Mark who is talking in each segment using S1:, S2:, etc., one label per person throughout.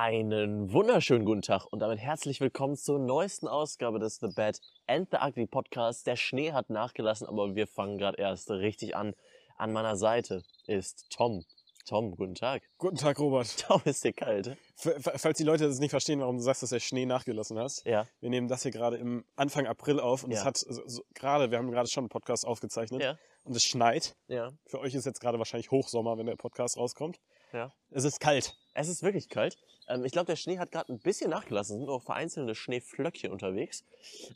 S1: Einen wunderschönen guten Tag und damit herzlich willkommen zur neuesten Ausgabe des The Bad and the Ugly Podcast. Der Schnee hat nachgelassen, aber wir fangen gerade erst richtig an. An meiner Seite ist Tom. Tom, guten Tag.
S2: Guten Tag, Robert.
S1: Tom, ist dir kalt?
S2: F f- falls die Leute das nicht verstehen, warum du sagst, dass der Schnee nachgelassen hast,
S1: Ja.
S2: wir nehmen das hier gerade im Anfang April auf und
S1: Ja.
S2: es hat so, so, gerade, wir haben gerade schon einen Podcast aufgezeichnet
S1: Ja.
S2: und es schneit.
S1: Ja.
S2: Für euch ist jetzt gerade wahrscheinlich Hochsommer, wenn der Podcast rauskommt.
S1: Ja.
S2: Es ist kalt.
S1: Es ist wirklich kalt. Ähm, ich glaube, der Schnee hat gerade ein bisschen nachgelassen. Es sind auch vereinzelte Schneeflöckchen unterwegs.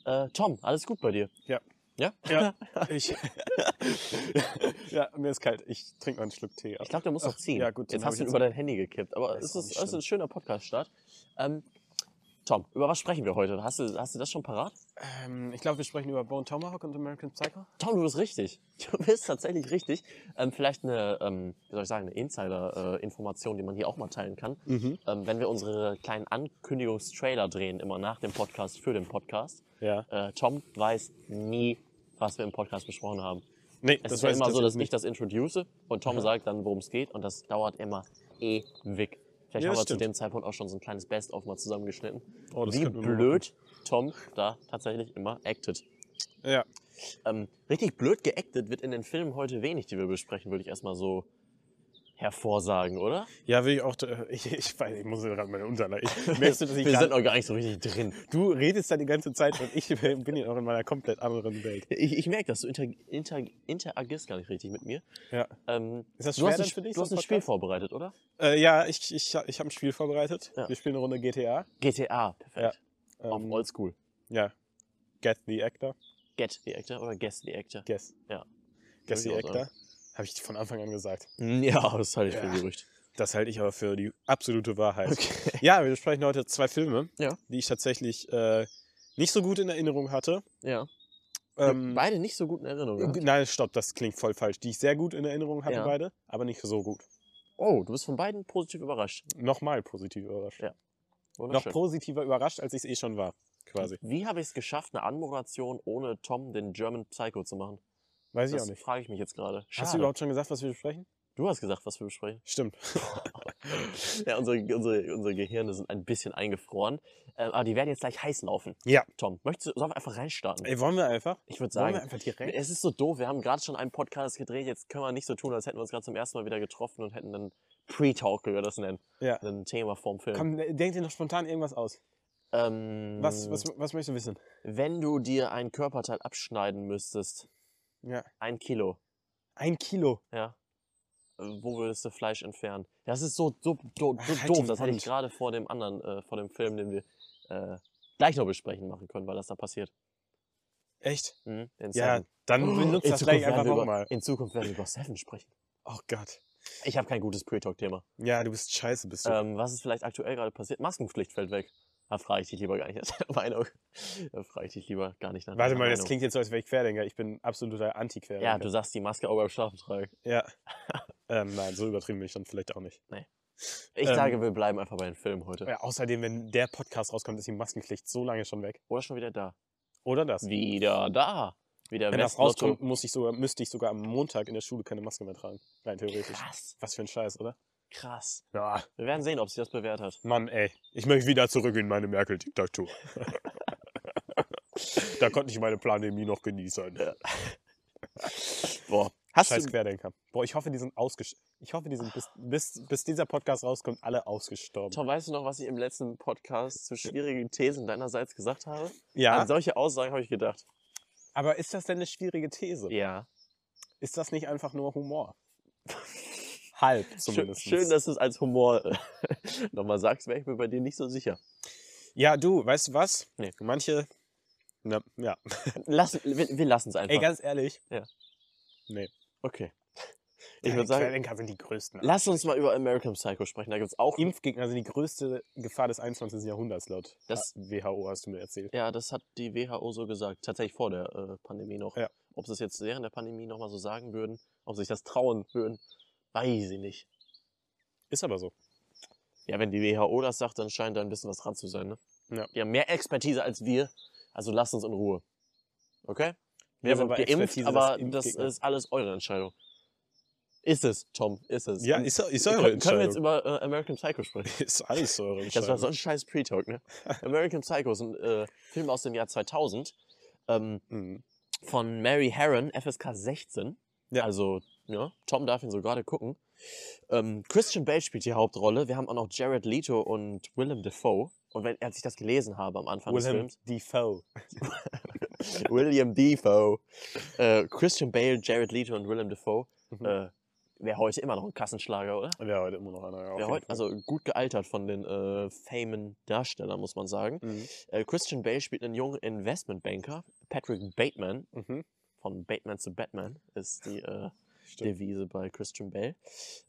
S1: Äh, Tom, alles gut bei dir?
S2: Ja.
S1: Ja?
S2: Ja, ich, ja mir ist kalt. Ich trinke mal einen Schluck Tee.
S1: Ich glaube, der muss noch
S2: Ach,
S1: ziehen.
S2: ja, gut, dann
S1: jetzt
S2: hab
S1: hast
S2: ich
S1: du ihn
S2: jetzt-
S1: über dein Handy gekippt. Aber
S2: Ja,
S1: es
S2: ist auch
S1: ist,
S2: nicht
S1: es ist
S2: schlimm.
S1: ein schöner Podcast-Start. Ähm, Tom, über was sprechen wir heute? Hast du, hast du das schon parat?
S2: ähm, ich glaube, wir sprechen über Bone Tomahawk und American Psycho.
S1: Tom, du bist richtig. Du bist tatsächlich richtig. Ähm, vielleicht eine, ähm, wie soll ich sagen, eine Insider-Information, die man hier auch mal teilen kann.
S2: Mhm.
S1: Ähm, wenn wir unsere kleinen Ankündigungstrailer drehen, immer nach dem Podcast für den Podcast,
S2: Ja.
S1: äh, Tom weiß nie, was wir im Podcast besprochen haben.
S2: Nee,
S1: Es ist ja immer so, dass ich
S2: tatsächlich
S1: das introduce und Tom sagt dann, worum es geht und das dauert immer ewig. Vielleicht
S2: Ja,
S1: haben
S2: das
S1: wir zu
S2: stimmt.
S1: dem Zeitpunkt auch schon so ein kleines Best-of mal zusammengeschnitten.
S2: Oh, das
S1: Wie
S2: könnten wir mal
S1: blöd Tom da tatsächlich immer acted.
S2: nicht. Ja.
S1: Ähm, richtig blöd geactet wird in den Filmen heute wenig, die wir besprechen, würde ich erstmal so hervorsagen, oder?
S2: ja, will ich auch. äh, Ich, ich, weiß, ich muss gerade meine Unterlagen. Ich merkst du, dass ich
S1: wir
S2: gar-
S1: sind auch gar nicht so richtig drin.
S2: Du redest da die ganze Zeit und ich bin ja auch in meiner komplett anderen Welt.
S1: Ich, ich merke das, du inter, inter, interagierst gar nicht richtig mit mir.
S2: Ja.
S1: Ähm,
S2: Ist das
S1: du
S2: schwer
S1: hast, ein,
S2: dann für dich?
S1: du
S2: so
S1: hast ein
S2: ein
S1: Spiel
S2: Podcast?
S1: vorbereitet, oder?
S2: Äh, ja, ich, ich, ich habe ein Spiel vorbereitet.
S1: Ja.
S2: Wir spielen eine Runde GTA.
S1: GTA, perfekt.
S2: Ähm,
S1: Auf Oldschool.
S2: Ja. Get the Actor.
S1: Get the Actor oder Guess the Actor?
S2: Guess.
S1: Ja.
S2: Guess
S1: Würde ich
S2: the
S1: auch
S2: Actor. Habe ich von Anfang an gesagt.
S1: Hm, Ja, das halte ich für
S2: Ja.
S1: ein Gerücht.
S2: Das halte ich aber für die absolute Wahrheit. Ja, wir besprechen heute zwei Filme,
S1: Ja.
S2: die ich tatsächlich äh, nicht so gut in Erinnerung hatte.
S1: Ja.
S2: Ähm,
S1: Beide nicht so gut in Erinnerung.
S2: äh, Nein, stopp, das klingt voll falsch. Die ich sehr gut in Erinnerung hatte,
S1: Ja.
S2: beide, aber nicht so gut.
S1: Oh, du bist von beiden positiv überrascht.
S2: Nochmal positiv überrascht.
S1: Ja.
S2: noch
S1: Wunderschön.
S2: positiver überrascht, als ich es eh schon war, quasi.
S1: Wie habe ich es geschafft, eine Anmoderation ohne Tom den German Psycho zu machen?
S2: Weiß ich
S1: das
S2: auch nicht.
S1: frage ich mich jetzt gerade.
S2: Hast du
S1: Schade.
S2: überhaupt schon gesagt, was wir besprechen?
S1: Du hast gesagt, was wir besprechen.
S2: Stimmt.
S1: Ja, unsere, unsere, unsere Gehirne sind ein bisschen eingefroren. Ähm, aber die werden jetzt gleich heiß laufen.
S2: Ja.
S1: Tom, möchtest du sollen wir einfach reinstarten?
S2: Ey, wollen wir einfach?
S1: Ich würde
S2: Wollen wir
S1: sagen,
S2: einfach direkt?
S1: es ist so doof. Wir haben gerade schon einen Podcast gedreht. Jetzt können wir nicht so tun, als hätten wir uns gerade zum ersten Mal wieder getroffen und hätten dann Pre-Talk, wie wir das nennen.
S2: Ja.
S1: Ein Thema vorm Film.
S2: Komm, äh, denk dir noch spontan irgendwas aus.
S1: Ähm,
S2: Was, was, was möchtest du wissen?
S1: Wenn du dir ein Körperteil abschneiden müsstest,
S2: Ja.
S1: ein Kilo,
S2: Ein Kilo.
S1: ja, äh, wo würdest du Fleisch entfernen? Das ist so, so, so, so
S2: Ach, halt
S1: doof.
S2: die
S1: Das hätte ich
S2: Wand.
S1: gerade vor dem anderen, äh, vor dem Film, den wir äh, gleich noch besprechen machen können, weil das da passiert.
S2: Echt?
S1: Mhm, in
S2: Ja,
S1: Seven.
S2: dann
S1: Oh,
S2: benutzt
S1: in
S2: das
S1: Zukunft
S2: gleich
S1: werden
S2: einfach
S1: wir über-
S2: nochmal.
S1: In Zukunft werden wir über Seven sprechen.
S2: Oh Gott.
S1: Ich habe kein gutes Pre-Talk-Thema.
S2: Ja, du bist scheiße, bist du.
S1: Ähm, was ist vielleicht aktuell gerade passiert? Maskenpflicht fällt weg. Da frage ich dich lieber gar nicht nach deiner Meinung. Da frage ich dich lieber gar nicht nach
S2: Warte
S1: deiner
S2: mal,
S1: Meinung.
S2: das klingt jetzt so, als wäre ich Querdenker. Ich bin absoluter
S1: Ja, du
S2: Anti-Querdenker.
S1: sagst die Maske auch beim Schlafen tragen.
S2: Ja. ähm, nein, so übertrieben bin ich dann vielleicht auch nicht.
S1: Ich
S2: Ähm,
S1: sage, wir bleiben einfach bei den Filmen heute.
S2: Ja, außerdem, wenn der Podcast rauskommt, ist die Maskenpflicht so lange schon weg.
S1: Oder schon wieder da.
S2: Oder das?
S1: Wieder da. Wieder
S2: Wenn das
S1: Westlotto.
S2: rauskommt, muss ich sogar, müsste ich sogar am Montag in der Schule keine Maske mehr tragen. Rein theoretisch.
S1: Krass,
S2: Was für ein Scheiß, oder?
S1: krass.
S2: Ja,
S1: Wir werden sehen, ob sich das bewährt hat.
S2: Mann, ey. Ich möchte wieder zurück in meine Merkel-Diktatur. da konnte ich meine Pandemie noch genießen.
S1: Boah. Hast
S2: Scheiß
S1: du,
S2: Querdenker. Boah, ich hoffe, die sind ausgestorben. Ich hoffe, die sind bis, bis, bis dieser Podcast rauskommt, alle ausgestorben.
S1: Tom, weißt du noch, was ich im letzten Podcast zu schwierigen Thesen deinerseits gesagt habe?
S2: Ja,
S1: An solche Aussagen habe ich gedacht.
S2: aber ist das denn eine schwierige These?
S1: Ja.
S2: Ist das nicht einfach nur Humor? Halb
S1: Schön,
S2: zumindest.
S1: schön, dass du es als Humor nochmal sagst, wäre ich mir bei dir nicht so sicher.
S2: ja, du, weißt du was?
S1: Nee.
S2: Manche. Na, ja.
S1: Lass, wir, wir lassen es einfach.
S2: Ey, ganz ehrlich,
S1: okay. Ich würde sagen,
S2: Querdenker sind die größten.
S1: lass uns mal über American Psycho sprechen. Da gibt es auch
S2: Impfgegner sind die größte Gefahr des 21. Jahrhunderts, laut
S1: Das-
S2: WHO hast du mir erzählt.
S1: Ja, das hat die WHO so gesagt, tatsächlich vor der äh, Pandemie noch.
S2: Ja.
S1: Ob sie es jetzt während der Pandemie nochmal so sagen würden, ob sie sich das trauen würden, weiß ich nicht.
S2: Ist aber so.
S1: Ja, wenn die WHO das sagt, dann scheint da ein bisschen was dran zu sein, ne?
S2: Ja.
S1: Die haben mehr Expertise als wir, also lasst uns in Ruhe. Okay? Wir
S2: Wir
S1: sind
S2: sind bei
S1: geimpft,
S2: Expertise
S1: aber
S2: das
S1: das
S2: Impfgegner.
S1: ist alles eure Entscheidung. Ist es, Tom, ist es.
S2: Ja,
S1: Und
S2: ist, ist
S1: können-
S2: eure
S1: Können wir
S2: Entscheidung.
S1: jetzt über äh, American Psycho sprechen?
S2: ist alles eure
S1: Das war so
S2: Entscheidung.
S1: ein scheiß Pre-Talk, ne? American Psycho ist ein äh, Film aus dem Jahr 2000 ähm,
S2: Mhm.
S1: von Mary Herron, FSK 16.
S2: Ja.
S1: Also, ja, Tom darf ihn so gerade gucken. Ähm, Christian Bale spielt die Hauptrolle. Wir haben auch noch Jared Leto und Willem Dafoe. Und wenn, als ich das gelesen habe am Anfang des
S2: Willem
S1: Films,
S2: Defoe.
S1: William Defoe, äh, Christian Bale, Jared Leto und Willem Dafoe,
S2: Mhm.
S1: äh, wäre heute immer noch ein Kassenschlager, oder?
S2: Wäre heute immer noch einer. ja, auf
S1: Wer
S2: jeden
S1: heute,
S2: Fall.
S1: also gut gealtert von den äh, famen Darstellern, muss man sagen.
S2: Mhm.
S1: Äh, Christian Bale spielt einen jungen Investmentbanker. Patrick Bateman,
S2: Mhm.
S1: von Bateman zu Batman, ist die äh,
S2: Stimmt.
S1: Devise bei Christian Bale.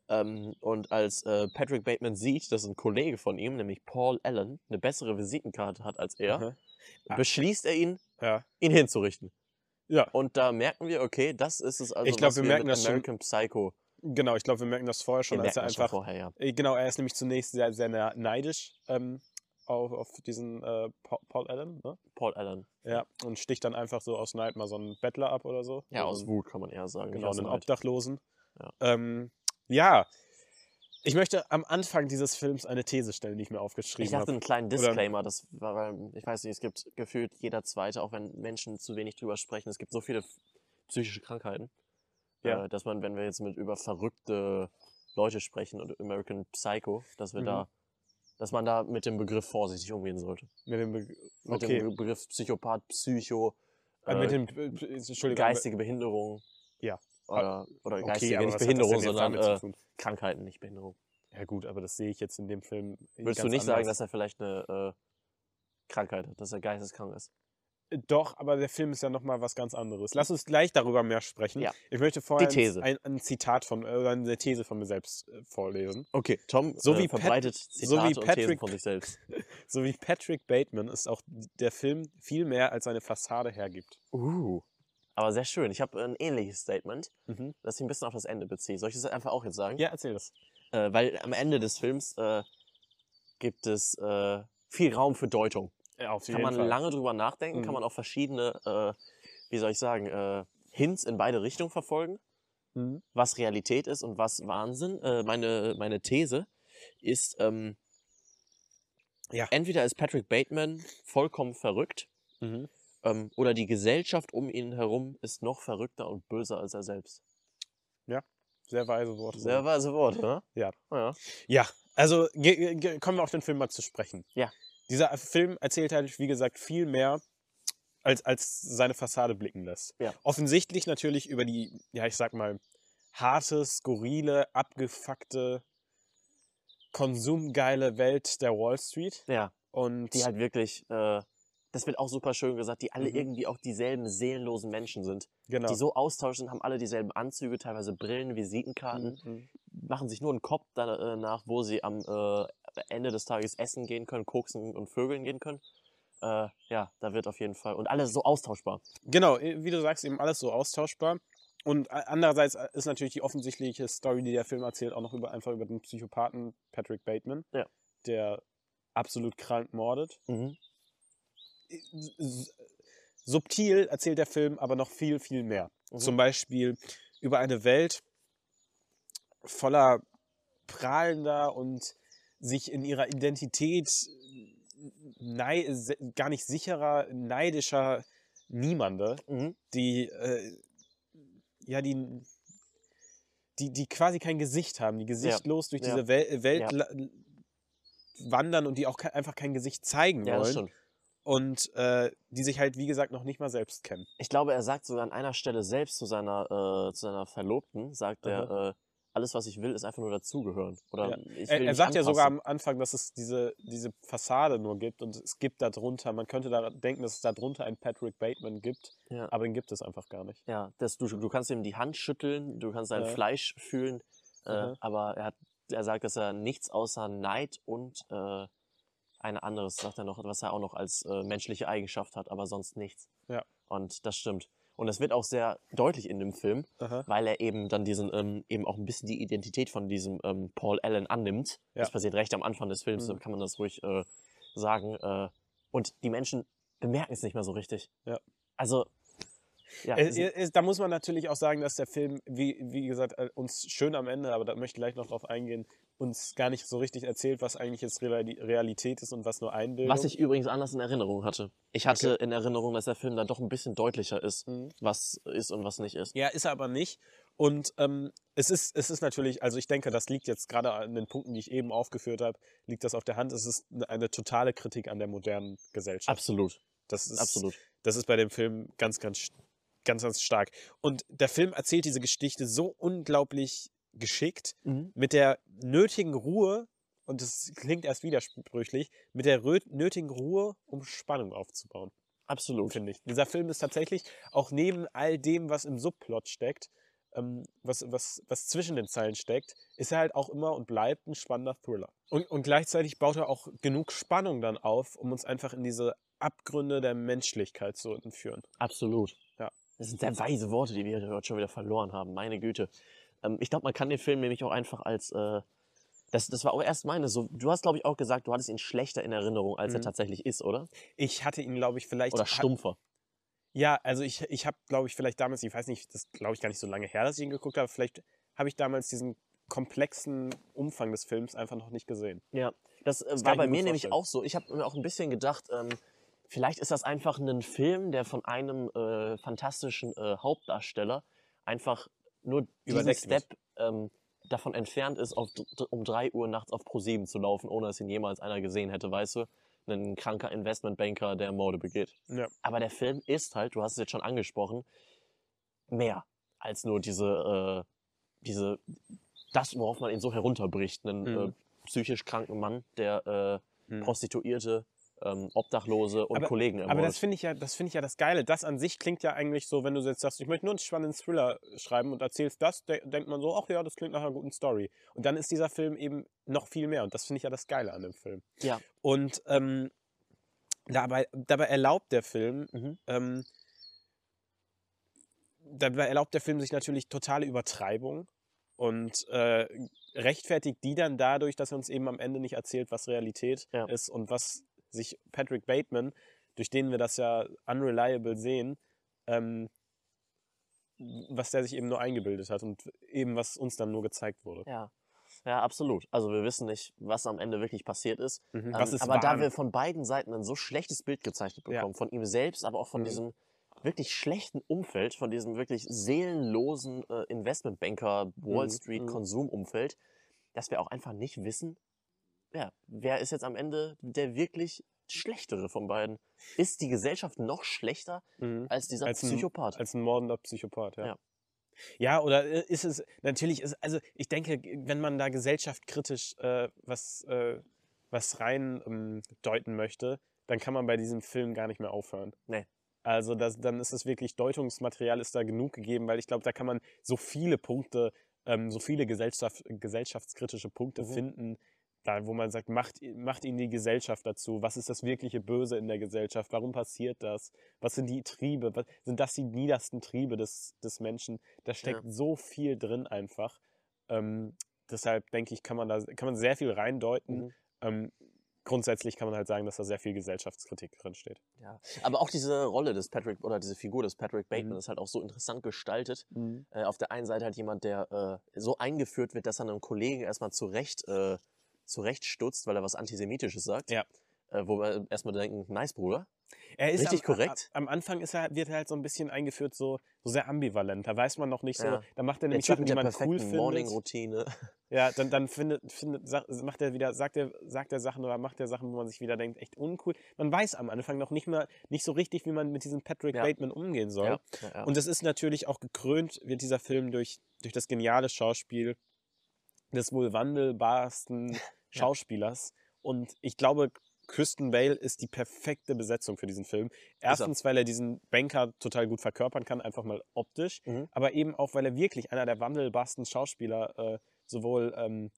S1: Ähm, und als äh, Patrick Bateman sieht, dass ein Kollege von ihm, nämlich Paul Allen, eine bessere Visitenkarte hat als er,
S2: Aha. Ah.
S1: beschließt er ihn,
S2: Ja.
S1: ihn hinzurichten.
S2: Ja.
S1: Und da merken wir, okay, das ist es also,
S2: Ich glaub,
S1: was
S2: wir merken
S1: mit
S2: das schon-
S1: American Psycho
S2: Genau, ich glaube, wir merken das vorher schon,
S1: wir
S2: als
S1: merken
S2: er
S1: das schon
S2: einfach.
S1: vorher, ja.
S2: Äh, Genau, er ist nämlich zunächst sehr, sehr ne- neidisch ähm, auf, auf diesen äh, Pa- Paul Allen, ne?
S1: Paul Allen.
S2: Ja, und sticht dann einfach so aus Neid mal so einen Bettler ab oder so.
S1: Ja,
S2: so
S1: aus
S2: einen-
S1: Wut kann man eher sagen. nicht
S2: Genau,
S1: aus
S2: einen
S1: Neid.
S2: Obdachlosen.
S1: Ja.
S2: Ähm, ja, ich möchte am Anfang dieses Films eine These stellen, die ich mir aufgeschrieben
S1: Ich dachte
S2: habe.
S1: einen kleinen
S2: Oder-
S1: Disclaimer, das war, weil ich weiß nicht, es gibt gefühlt jeder zweite, auch wenn Menschen zu wenig drüber sprechen, es gibt so viele f- psychische Krankheiten,
S2: Ja.
S1: äh, dass man, wenn wir jetzt mit über verrückte Leute sprechen und American Psycho, dass wir
S2: Mhm.
S1: da, dass man da mit dem Begriff vorsichtig umgehen sollte.
S2: Mit dem, Be
S1: Mit
S2: Okay.
S1: dem Be- Begriff Psychopath, Psycho,
S2: äh,
S1: äh,
S2: mit dem äh, Entschuldigung.
S1: geistige Behinderung.
S2: Ja.
S1: Oder, oder
S2: okay,
S1: geistige,
S2: aber
S1: nicht
S2: was hat das denn
S1: Behinderung,
S2: jetzt
S1: sondern
S2: damit zu
S1: äh,
S2: tun?
S1: Krankheiten, nicht Behinderung.
S2: ja gut, aber das sehe ich jetzt in dem Film.
S1: Würdest du
S2: ganz
S1: nicht sagen,
S2: anders.
S1: dass er vielleicht eine äh, Krankheit hat, dass er geisteskrank ist?
S2: Doch, aber der Film ist ja nochmal was ganz anderes. Lass uns gleich darüber mehr sprechen.
S1: Ja.
S2: Ich möchte vorher ein-
S1: These.
S2: Ein, ein Zitat von, äh, oder eine These von mir selbst äh, vorlesen.
S1: Okay, Tom
S2: So
S1: äh,
S2: wie Pat-
S1: verbreitet
S2: so wie
S1: Zitate und Thesen
S2: Patrick-
S1: von sich selbst.
S2: So wie Patrick Bateman ist auch der Film viel mehr als seine Fassade hergibt.
S1: Uh. Aber sehr schön. Ich habe ein ähnliches Statement, das ich ein bisschen auf das Ende beziehe. Soll ich das einfach auch jetzt sagen?
S2: Mhm. Ja, erzähl das.
S1: Äh, weil am Ende des Films äh, gibt es äh, viel Raum für Deutung.
S2: Ja, auf
S1: Äh, Kann man lange drüber nachdenken,
S2: Mhm.
S1: kann man auch verschiedene, äh, wie soll ich sagen, äh, Hints in beide Richtungen verfolgen.
S2: Mhm.
S1: was Realität ist und was Wahnsinn. Äh, meine, meine These ist, ähm,
S2: Ja.
S1: entweder ist Patrick Bateman vollkommen verrückt
S2: Mhm.
S1: ähm, oder die Gesellschaft um ihn herum ist noch verrückter und böser als er selbst.
S2: Sehr weise Worte.
S1: Sehr weise Worte, ne?
S2: Ja.
S1: ja.
S2: Ja, also ge- ge- kommen wir auf den Film mal zu sprechen.
S1: Ja.
S2: Dieser Film erzählt halt, wie gesagt, viel mehr, als, als seine Fassade blicken lässt.
S1: Ja.
S2: Offensichtlich natürlich über die, ja, ich sag mal, harte, skurrile, abgefuckte, konsumgeile Welt der Wall Street.
S1: Ja,
S2: Und
S1: die halt wirklich, äh, das wird auch super schön gesagt, die alle
S2: Mhm.
S1: irgendwie auch dieselben seelenlosen Menschen sind.
S2: genau.
S1: Die so austauschend sind, haben alle dieselben Anzüge, teilweise Brillen, Visitenkarten.
S2: Mhm.
S1: machen sich nur einen Kopf danach, wo sie am äh, Ende des Tages essen gehen können, koksen und vögeln gehen können. Äh, ja, da wird auf jeden Fall. Und alles so austauschbar.
S2: Genau, eh, wie du sagst, eben alles so austauschbar. Und a- andererseits äh, ist natürlich die offensichtliche Story, die der Film erzählt, auch noch über, einfach über den Psychopathen Patrick Bateman,
S1: Ja.
S2: der absolut krank mordet. I- s- Subtil erzählt der Film aber noch viel, viel mehr.
S1: Mhm.
S2: Zum Beispiel über eine Welt voller prahlender und sich in ihrer Identität nei se- gar nicht sicherer, neidischer Niemande,
S1: Mhm.
S2: die äh, ja die die die quasi kein Gesicht haben, die gesichtlos durch
S1: Ja.
S2: diese Wel Welt
S1: Ja.
S2: la- wandern und die auch ke einfach kein Gesicht zeigen
S1: Ja, das
S2: wollen
S1: stimmt.
S2: und äh, die sich halt wie gesagt noch nicht mal selbst kennen.
S1: Ich glaube, er sagt sogar an einer Stelle selbst zu seiner, äh, zu seiner Verlobten, sagt er, äh, alles, was ich will, ist einfach nur dazugehören. Oder
S2: Mhm. Ja.
S1: ich will
S2: Er, er
S1: mich
S2: sagt ja
S1: anpassen.
S2: sogar am Anfang, dass es diese diese Fassade nur gibt und es gibt darunter, man könnte da denken, dass es darunter einen Patrick Bateman gibt,
S1: Ja.
S2: aber den gibt es einfach gar nicht.
S1: Ja, das, du, du kannst ihm die Hand schütteln, du kannst sein
S2: Ja. Mhm.
S1: Fleisch fühlen, äh,
S2: Aha.
S1: aber er, hat, er sagt, dass er nichts außer Neid und äh, ein anderes, sagt er noch, was er auch noch als äh, menschliche Eigenschaft hat, aber sonst nichts.
S2: Ja.
S1: Und das stimmt. Und das wird auch sehr deutlich in dem Film,
S2: Aha.
S1: weil er eben dann diesen, ähm, eben auch ein bisschen die Identität von diesem ähm, Paul Allen annimmt.
S2: Ja.
S1: Das passiert recht am Anfang des Films,
S2: Mhm.
S1: da kann man das ruhig äh, sagen. Äh, und die Menschen bemerken es nicht mehr so richtig.
S2: Ja.
S1: Also, Ja,
S2: Es,
S1: sie-
S2: es, es, Äh, da muss man natürlich auch sagen, dass der Film, wie, wie gesagt, äh, uns schön am Ende, aber da möchte ich gleich noch drauf eingehen, uns gar nicht so richtig erzählt, was eigentlich jetzt Reali- Realität ist und was nur Einbildung.
S1: was ich übrigens anders in Erinnerung hatte. Ich hatte in Erinnerung, dass der Film dann doch ein bisschen deutlicher ist,
S2: Mhm.
S1: was ist und was nicht ist.
S2: Ja, ist er aber nicht. Und ähm, es, ist, es ist natürlich, also ich denke, das liegt jetzt gerade an den Punkten, die ich eben aufgeführt habe, liegt das auf der Hand. Es ist eine, eine totale Kritik an der modernen Gesellschaft.
S1: Absolut,
S2: Das ist,
S1: absolut.
S2: Das ist bei dem Film ganz, ganz, st- ganz, ganz stark. Und der Film erzählt diese Geschichte so unglaublich geschickt,
S1: Mhm.
S2: mit der nötigen Ruhe, und das klingt erst widersprüchlich, mit der rö- nötigen Ruhe, um Spannung aufzubauen,
S1: Absolut.
S2: finde ich. Dieser Film ist tatsächlich auch neben all dem, was im Subplot steckt, ähm, was, was, was zwischen den Zeilen steckt, ist er halt auch immer und bleibt ein spannender Thriller. Und, und gleichzeitig baut er auch genug Spannung dann auf, um uns einfach in diese Abgründe der Menschlichkeit zu entführen.
S1: Absolut.
S2: Ja.
S1: Das sind sehr weise Worte, die wir heute schon wieder verloren haben. Meine Güte. Ähm, ich glaube, man kann den Film nämlich auch einfach als. Äh, das, das war auch erst meine. So, du hast, glaube ich, auch gesagt, du hattest ihn schlechter in Erinnerung, als er
S2: Mhm.
S1: tatsächlich ist, oder?
S2: Ich hatte ihn, glaube ich, vielleicht.
S1: Oder stumpfer.
S2: Ja, also ich, ich habe, glaube ich, vielleicht damals, ich weiß nicht, das glaube ich gar nicht so lange her, dass ich ihn geguckt habe, vielleicht habe ich damals diesen komplexen Umfang des Films einfach noch nicht gesehen.
S1: Das, äh,
S2: kann
S1: war
S2: ich
S1: bei
S2: mir
S1: mir
S2: gut
S1: nämlich
S2: vorstellen.
S1: auch so. Ich habe mir auch ein bisschen gedacht, ähm, vielleicht ist das einfach ein Film, der von einem äh, fantastischen äh, Hauptdarsteller einfach nur diesen
S2: Überdeckt wird.
S1: Step ähm, davon entfernt ist, auf, d- um 3 Uhr nachts auf Pro7 zu laufen, ohne dass ihn jemals einer gesehen hätte, weißt du? Ein kranker Investmentbanker, der Morde begeht.
S2: Ja.
S1: Aber der Film ist halt, du hast es jetzt schon angesprochen, mehr als nur diese, äh, diese, das, worauf man ihn so herunterbricht. Einen
S2: Mhm.
S1: äh, psychisch kranken Mann, der äh, Prostituierte, ähm, Obdachlose und
S2: Aber-
S1: Kollegen
S2: Aber das
S1: ermordet.
S2: finde ich ja, das finde ich ja das Geile. Das an sich klingt ja eigentlich so, wenn du jetzt sagst, ich möchte nur einen spannenden Thriller äh, schreiben und erzählst das, de denkt man so, ach ja, das klingt nach einer guten Story. Und dann ist dieser Film eben noch viel mehr. Und das finde ich ja das Geile an dem Film.
S1: Ja.
S2: Und ähm, dabei, dabei erlaubt der Film,
S1: Mhm.
S2: ähm, dabei erlaubt der Film sich natürlich totale Übertreibung und äh, rechtfertigt die dann dadurch, dass er uns eben am Ende nicht erzählt, was Realität
S1: Ja.
S2: ist und was sich Patrick Bateman, durch den wir das ja unreliable sehen, ähm, was der sich eben nur eingebildet hat und eben was uns dann nur gezeigt wurde.
S1: ja. ja, absolut. Also wir wissen nicht, was am Ende wirklich passiert ist.
S2: Mhm.
S1: Ähm,
S2: was ist
S1: aber da
S2: wahr?
S1: wir von beiden Seiten ein so schlechtes Bild gezeichnet
S2: Ja.
S1: bekommen, von ihm selbst, aber auch von
S2: Mhm.
S1: diesem wirklich schlechten Umfeld, von diesem wirklich seelenlosen äh, Investmentbanker Wall
S2: Mhm,
S1: Street
S2: mhm.
S1: Konsumumfeld, dass wir auch einfach nicht wissen, ja, wer ist jetzt am Ende der wirklich schlechtere von beiden? Ist die Gesellschaft noch schlechter
S2: mhm.
S1: als dieser
S2: Als ein-
S1: Psychopath?
S2: Als ein mordender Psychopath, ja.
S1: Ja.
S2: ja. Ja, oder äh, ist es, natürlich ist, also ich denke, g- wenn man da gesellschaftskritisch äh, was, äh, was rein ähm, deuten möchte, dann kann man bei diesem Film gar nicht mehr aufhören.
S1: Nee.
S2: Also das, dann ist es wirklich, Deutungsmaterial ist da genug gegeben, weil ich glaube, da kann man so viele Punkte, ähm, so viele Gesellschaft, gesellschaftskritische Punkte
S1: Mhm.
S2: finden, da, wo man sagt, macht, macht ihnen die Gesellschaft dazu, was ist das wirkliche Böse in der Gesellschaft, warum passiert das? Was sind die Triebe? Was, sind das die niedersten Triebe des, des Menschen? Da steckt so viel drin einfach. Ähm, deshalb denke ich, kann man da kann man sehr viel reindeuten.
S1: Mhm.
S2: Ähm, grundsätzlich kann man halt sagen, dass da sehr viel Gesellschaftskritik drin steht.
S1: Ja. Aber auch diese Rolle des Patrick oder diese Figur des Patrick Bateman
S2: Mhm.
S1: ist halt auch so interessant gestaltet, äh, auf der einen Seite halt jemand, der äh, so eingeführt wird, dass er einem Kollegen erstmal zurecht, äh, zurechtstutzt, weil er was Antisemitisches sagt.
S2: Ja.
S1: Äh, wo wir erstmal denken, nice Bruder.
S2: Er ist
S1: Richtig
S2: am,
S1: korrekt.
S2: Am, am Anfang ist er, wird er halt so ein bisschen eingeführt, so, so sehr ambivalent. Da weiß man noch nicht so.
S1: Ja.
S2: Da macht er
S1: Der
S2: nämlich
S1: Typ
S2: Sachen,
S1: mit
S2: die
S1: der
S2: man
S1: perfekten
S2: cool findet.
S1: Morning-Routine.
S2: Ja, dann, dann findet, findet, sag- macht er wieder, sagt er, sagt er Sachen oder macht er Sachen, wo man sich wieder denkt, echt uncool. Man weiß am Anfang noch nicht mehr, nicht so richtig, wie man mit diesem Patrick
S1: Ja.
S2: Bateman umgehen soll.
S1: ja, ja.
S2: Und das ist natürlich auch gekrönt, wird dieser Film durch, durch das geniale Schauspiel des wohl wandelbarsten Schauspielers. Und ich glaube, Kristen Bale ist die perfekte Besetzung für diesen Film.
S1: er.
S2: Erstens, weil er diesen Banker total gut verkörpern kann, einfach mal optisch,
S1: Mhm.
S2: aber eben auch, weil er wirklich einer der wandelbarsten Schauspieler äh, sowohl ähm,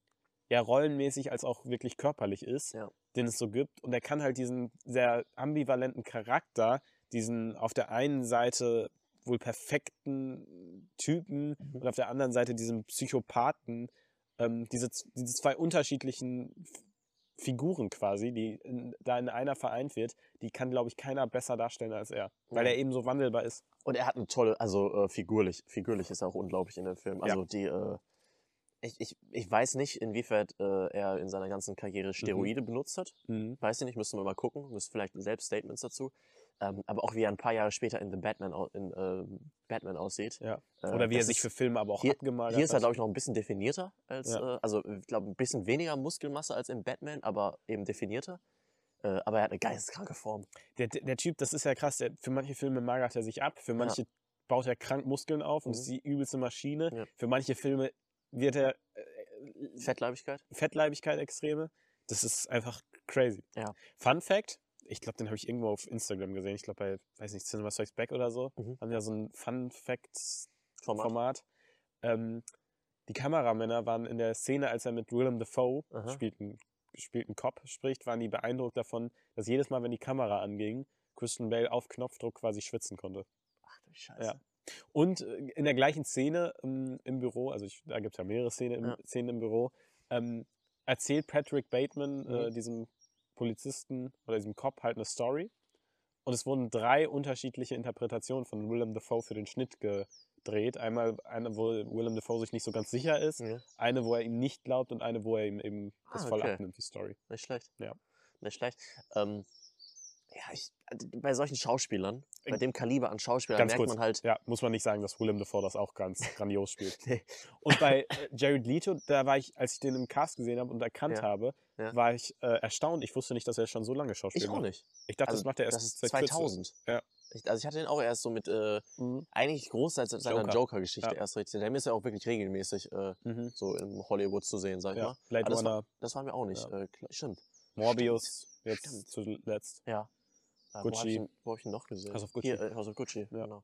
S2: ja, rollenmäßig als auch wirklich körperlich ist,
S1: Ja.
S2: den es so gibt. Und er kann halt diesen sehr ambivalenten Charakter, diesen auf der einen Seite wohl perfekten Typen und auf der anderen Seite diesen Psychopathen, ähm, diese, z- diese zwei unterschiedlichen Figuren quasi, die in, da in einer vereint wird, die kann, glaube ich, keiner besser darstellen als er, weil
S1: Ja.
S2: er eben so wandelbar ist.
S1: Und er hat eine tolle, also äh, figurlich, figurlich ist er auch unglaublich in dem Film. Also die, äh, ich, ich, ich weiß nicht, inwiefern äh, er in seiner ganzen
S2: Mhm.
S1: Karriere Steroide benutzt hat. Weiß ich nicht, müssen wir mal gucken. Müssen vielleicht selbst Statements dazu. Ähm, aber auch wie er ein paar Jahre später in The Batman, au- in, äh, Batman aussieht.
S2: Ja.
S1: Äh,
S2: Oder wie er
S1: das
S2: sich
S1: ist-
S2: für Filme aber auch
S1: hier-
S2: abgemalt
S1: Hier ist er,
S2: hat.
S1: glaube ich, noch ein bisschen definierter als,
S2: Ja.
S1: äh, also ich glaube, ein bisschen weniger Muskelmasse als im Batman, aber eben definierter. Äh, aber er hat eine geisteskranke Form.
S2: der, der Typ, das ist ja krass, der, für manche Filme magert er sich ab, für manche baut er krank Muskeln auf und
S1: Mhm.
S2: ist die übelste Maschine.
S1: Ja.
S2: Für manche Filme wird er äh,
S1: Fettleibigkeit.
S2: Fettleibigkeit extreme. Das ist einfach crazy.
S1: Ja.
S2: Fun Fact, ich glaube, den habe ich irgendwo auf Instagram gesehen. Ich glaube bei, weiß nicht, Cinema Strikes Back oder so.
S1: Mhm.
S2: Haben ja so ein Fun Fact
S1: Format.
S2: Format. Ähm, die Kameramänner waren in der Szene, als er mit Willem Dafoe
S1: Aha.
S2: spielt ein- spielt ein Cop spricht, waren die beeindruckt davon, dass jedes Mal, wenn die Kamera anging, Christian Bale auf Knopfdruck quasi schwitzen konnte.
S1: Ach du Scheiße.
S2: Ja. Und äh, in der gleichen Szene ähm, im Büro, also ich, da gibt es ja mehrere Szenen im,
S1: Ja.
S2: Szenen im Büro, ähm, erzählt Patrick Bateman äh,
S1: Mhm.
S2: diesem Polizisten oder diesem Cop halt eine Story. Und es wurden drei unterschiedliche Interpretationen von Willem Dafoe für den Schnitt gedreht. Einmal eine, wo Willem Dafoe sich nicht so ganz sicher ist,
S1: Ja.
S2: eine, wo er ihm nicht glaubt und eine, wo er ihm eben das
S1: Ah,
S2: voll
S1: okay.
S2: abnimmt, die Story.
S1: Nicht schlecht.
S2: Ja.
S1: Nicht schlecht. Ähm, ja, ich, bei solchen Schauspielern, bei
S2: Ähm,
S1: dem Kaliber an Schauspielern,
S2: ganz
S1: merkt
S2: kurz.
S1: man halt,
S2: Ja, muss man nicht sagen, dass Willem Dafoe das auch ganz grandios spielt. Und bei äh, Jared Leto, da war ich, als ich den im Cast gesehen habe und erkannt
S1: Ja.
S2: habe,
S1: Ja.
S2: war ich äh, erstaunt. Ich wusste nicht, dass er schon so lange Schauspiel
S1: ich auch
S2: macht.
S1: nicht.
S2: Ich dachte,
S1: Also,
S2: das macht er erst
S1: Das ist
S2: seit 40.
S1: 2000.
S2: Ja.
S1: Ich, also ich hatte den auch erst so mit, äh,
S2: Mhm.
S1: eigentlich groß seit seit seiner
S2: Joker.
S1: Joker-Geschichte
S2: Ja.
S1: erst richtig. Der ist ja auch wirklich regelmäßig äh,
S2: Mhm.
S1: so im Hollywood zu sehen, sag ich
S2: Ja,
S1: mal.
S2: Blade
S1: Ah, das war-
S2: Runner,
S1: Das war mir auch nicht.
S2: Ja.
S1: Äh, klar, stimmt.
S2: Morbius, jetzt
S1: Stimmt.
S2: zuletzt.
S1: Äh, Wo habe ich,
S2: Gucci.
S1: ihn- wo hab ich ihn noch gesehen?
S2: House of
S1: Hier,
S2: Gucci.
S1: äh, House of Gucci,
S2: Ja.
S1: genau.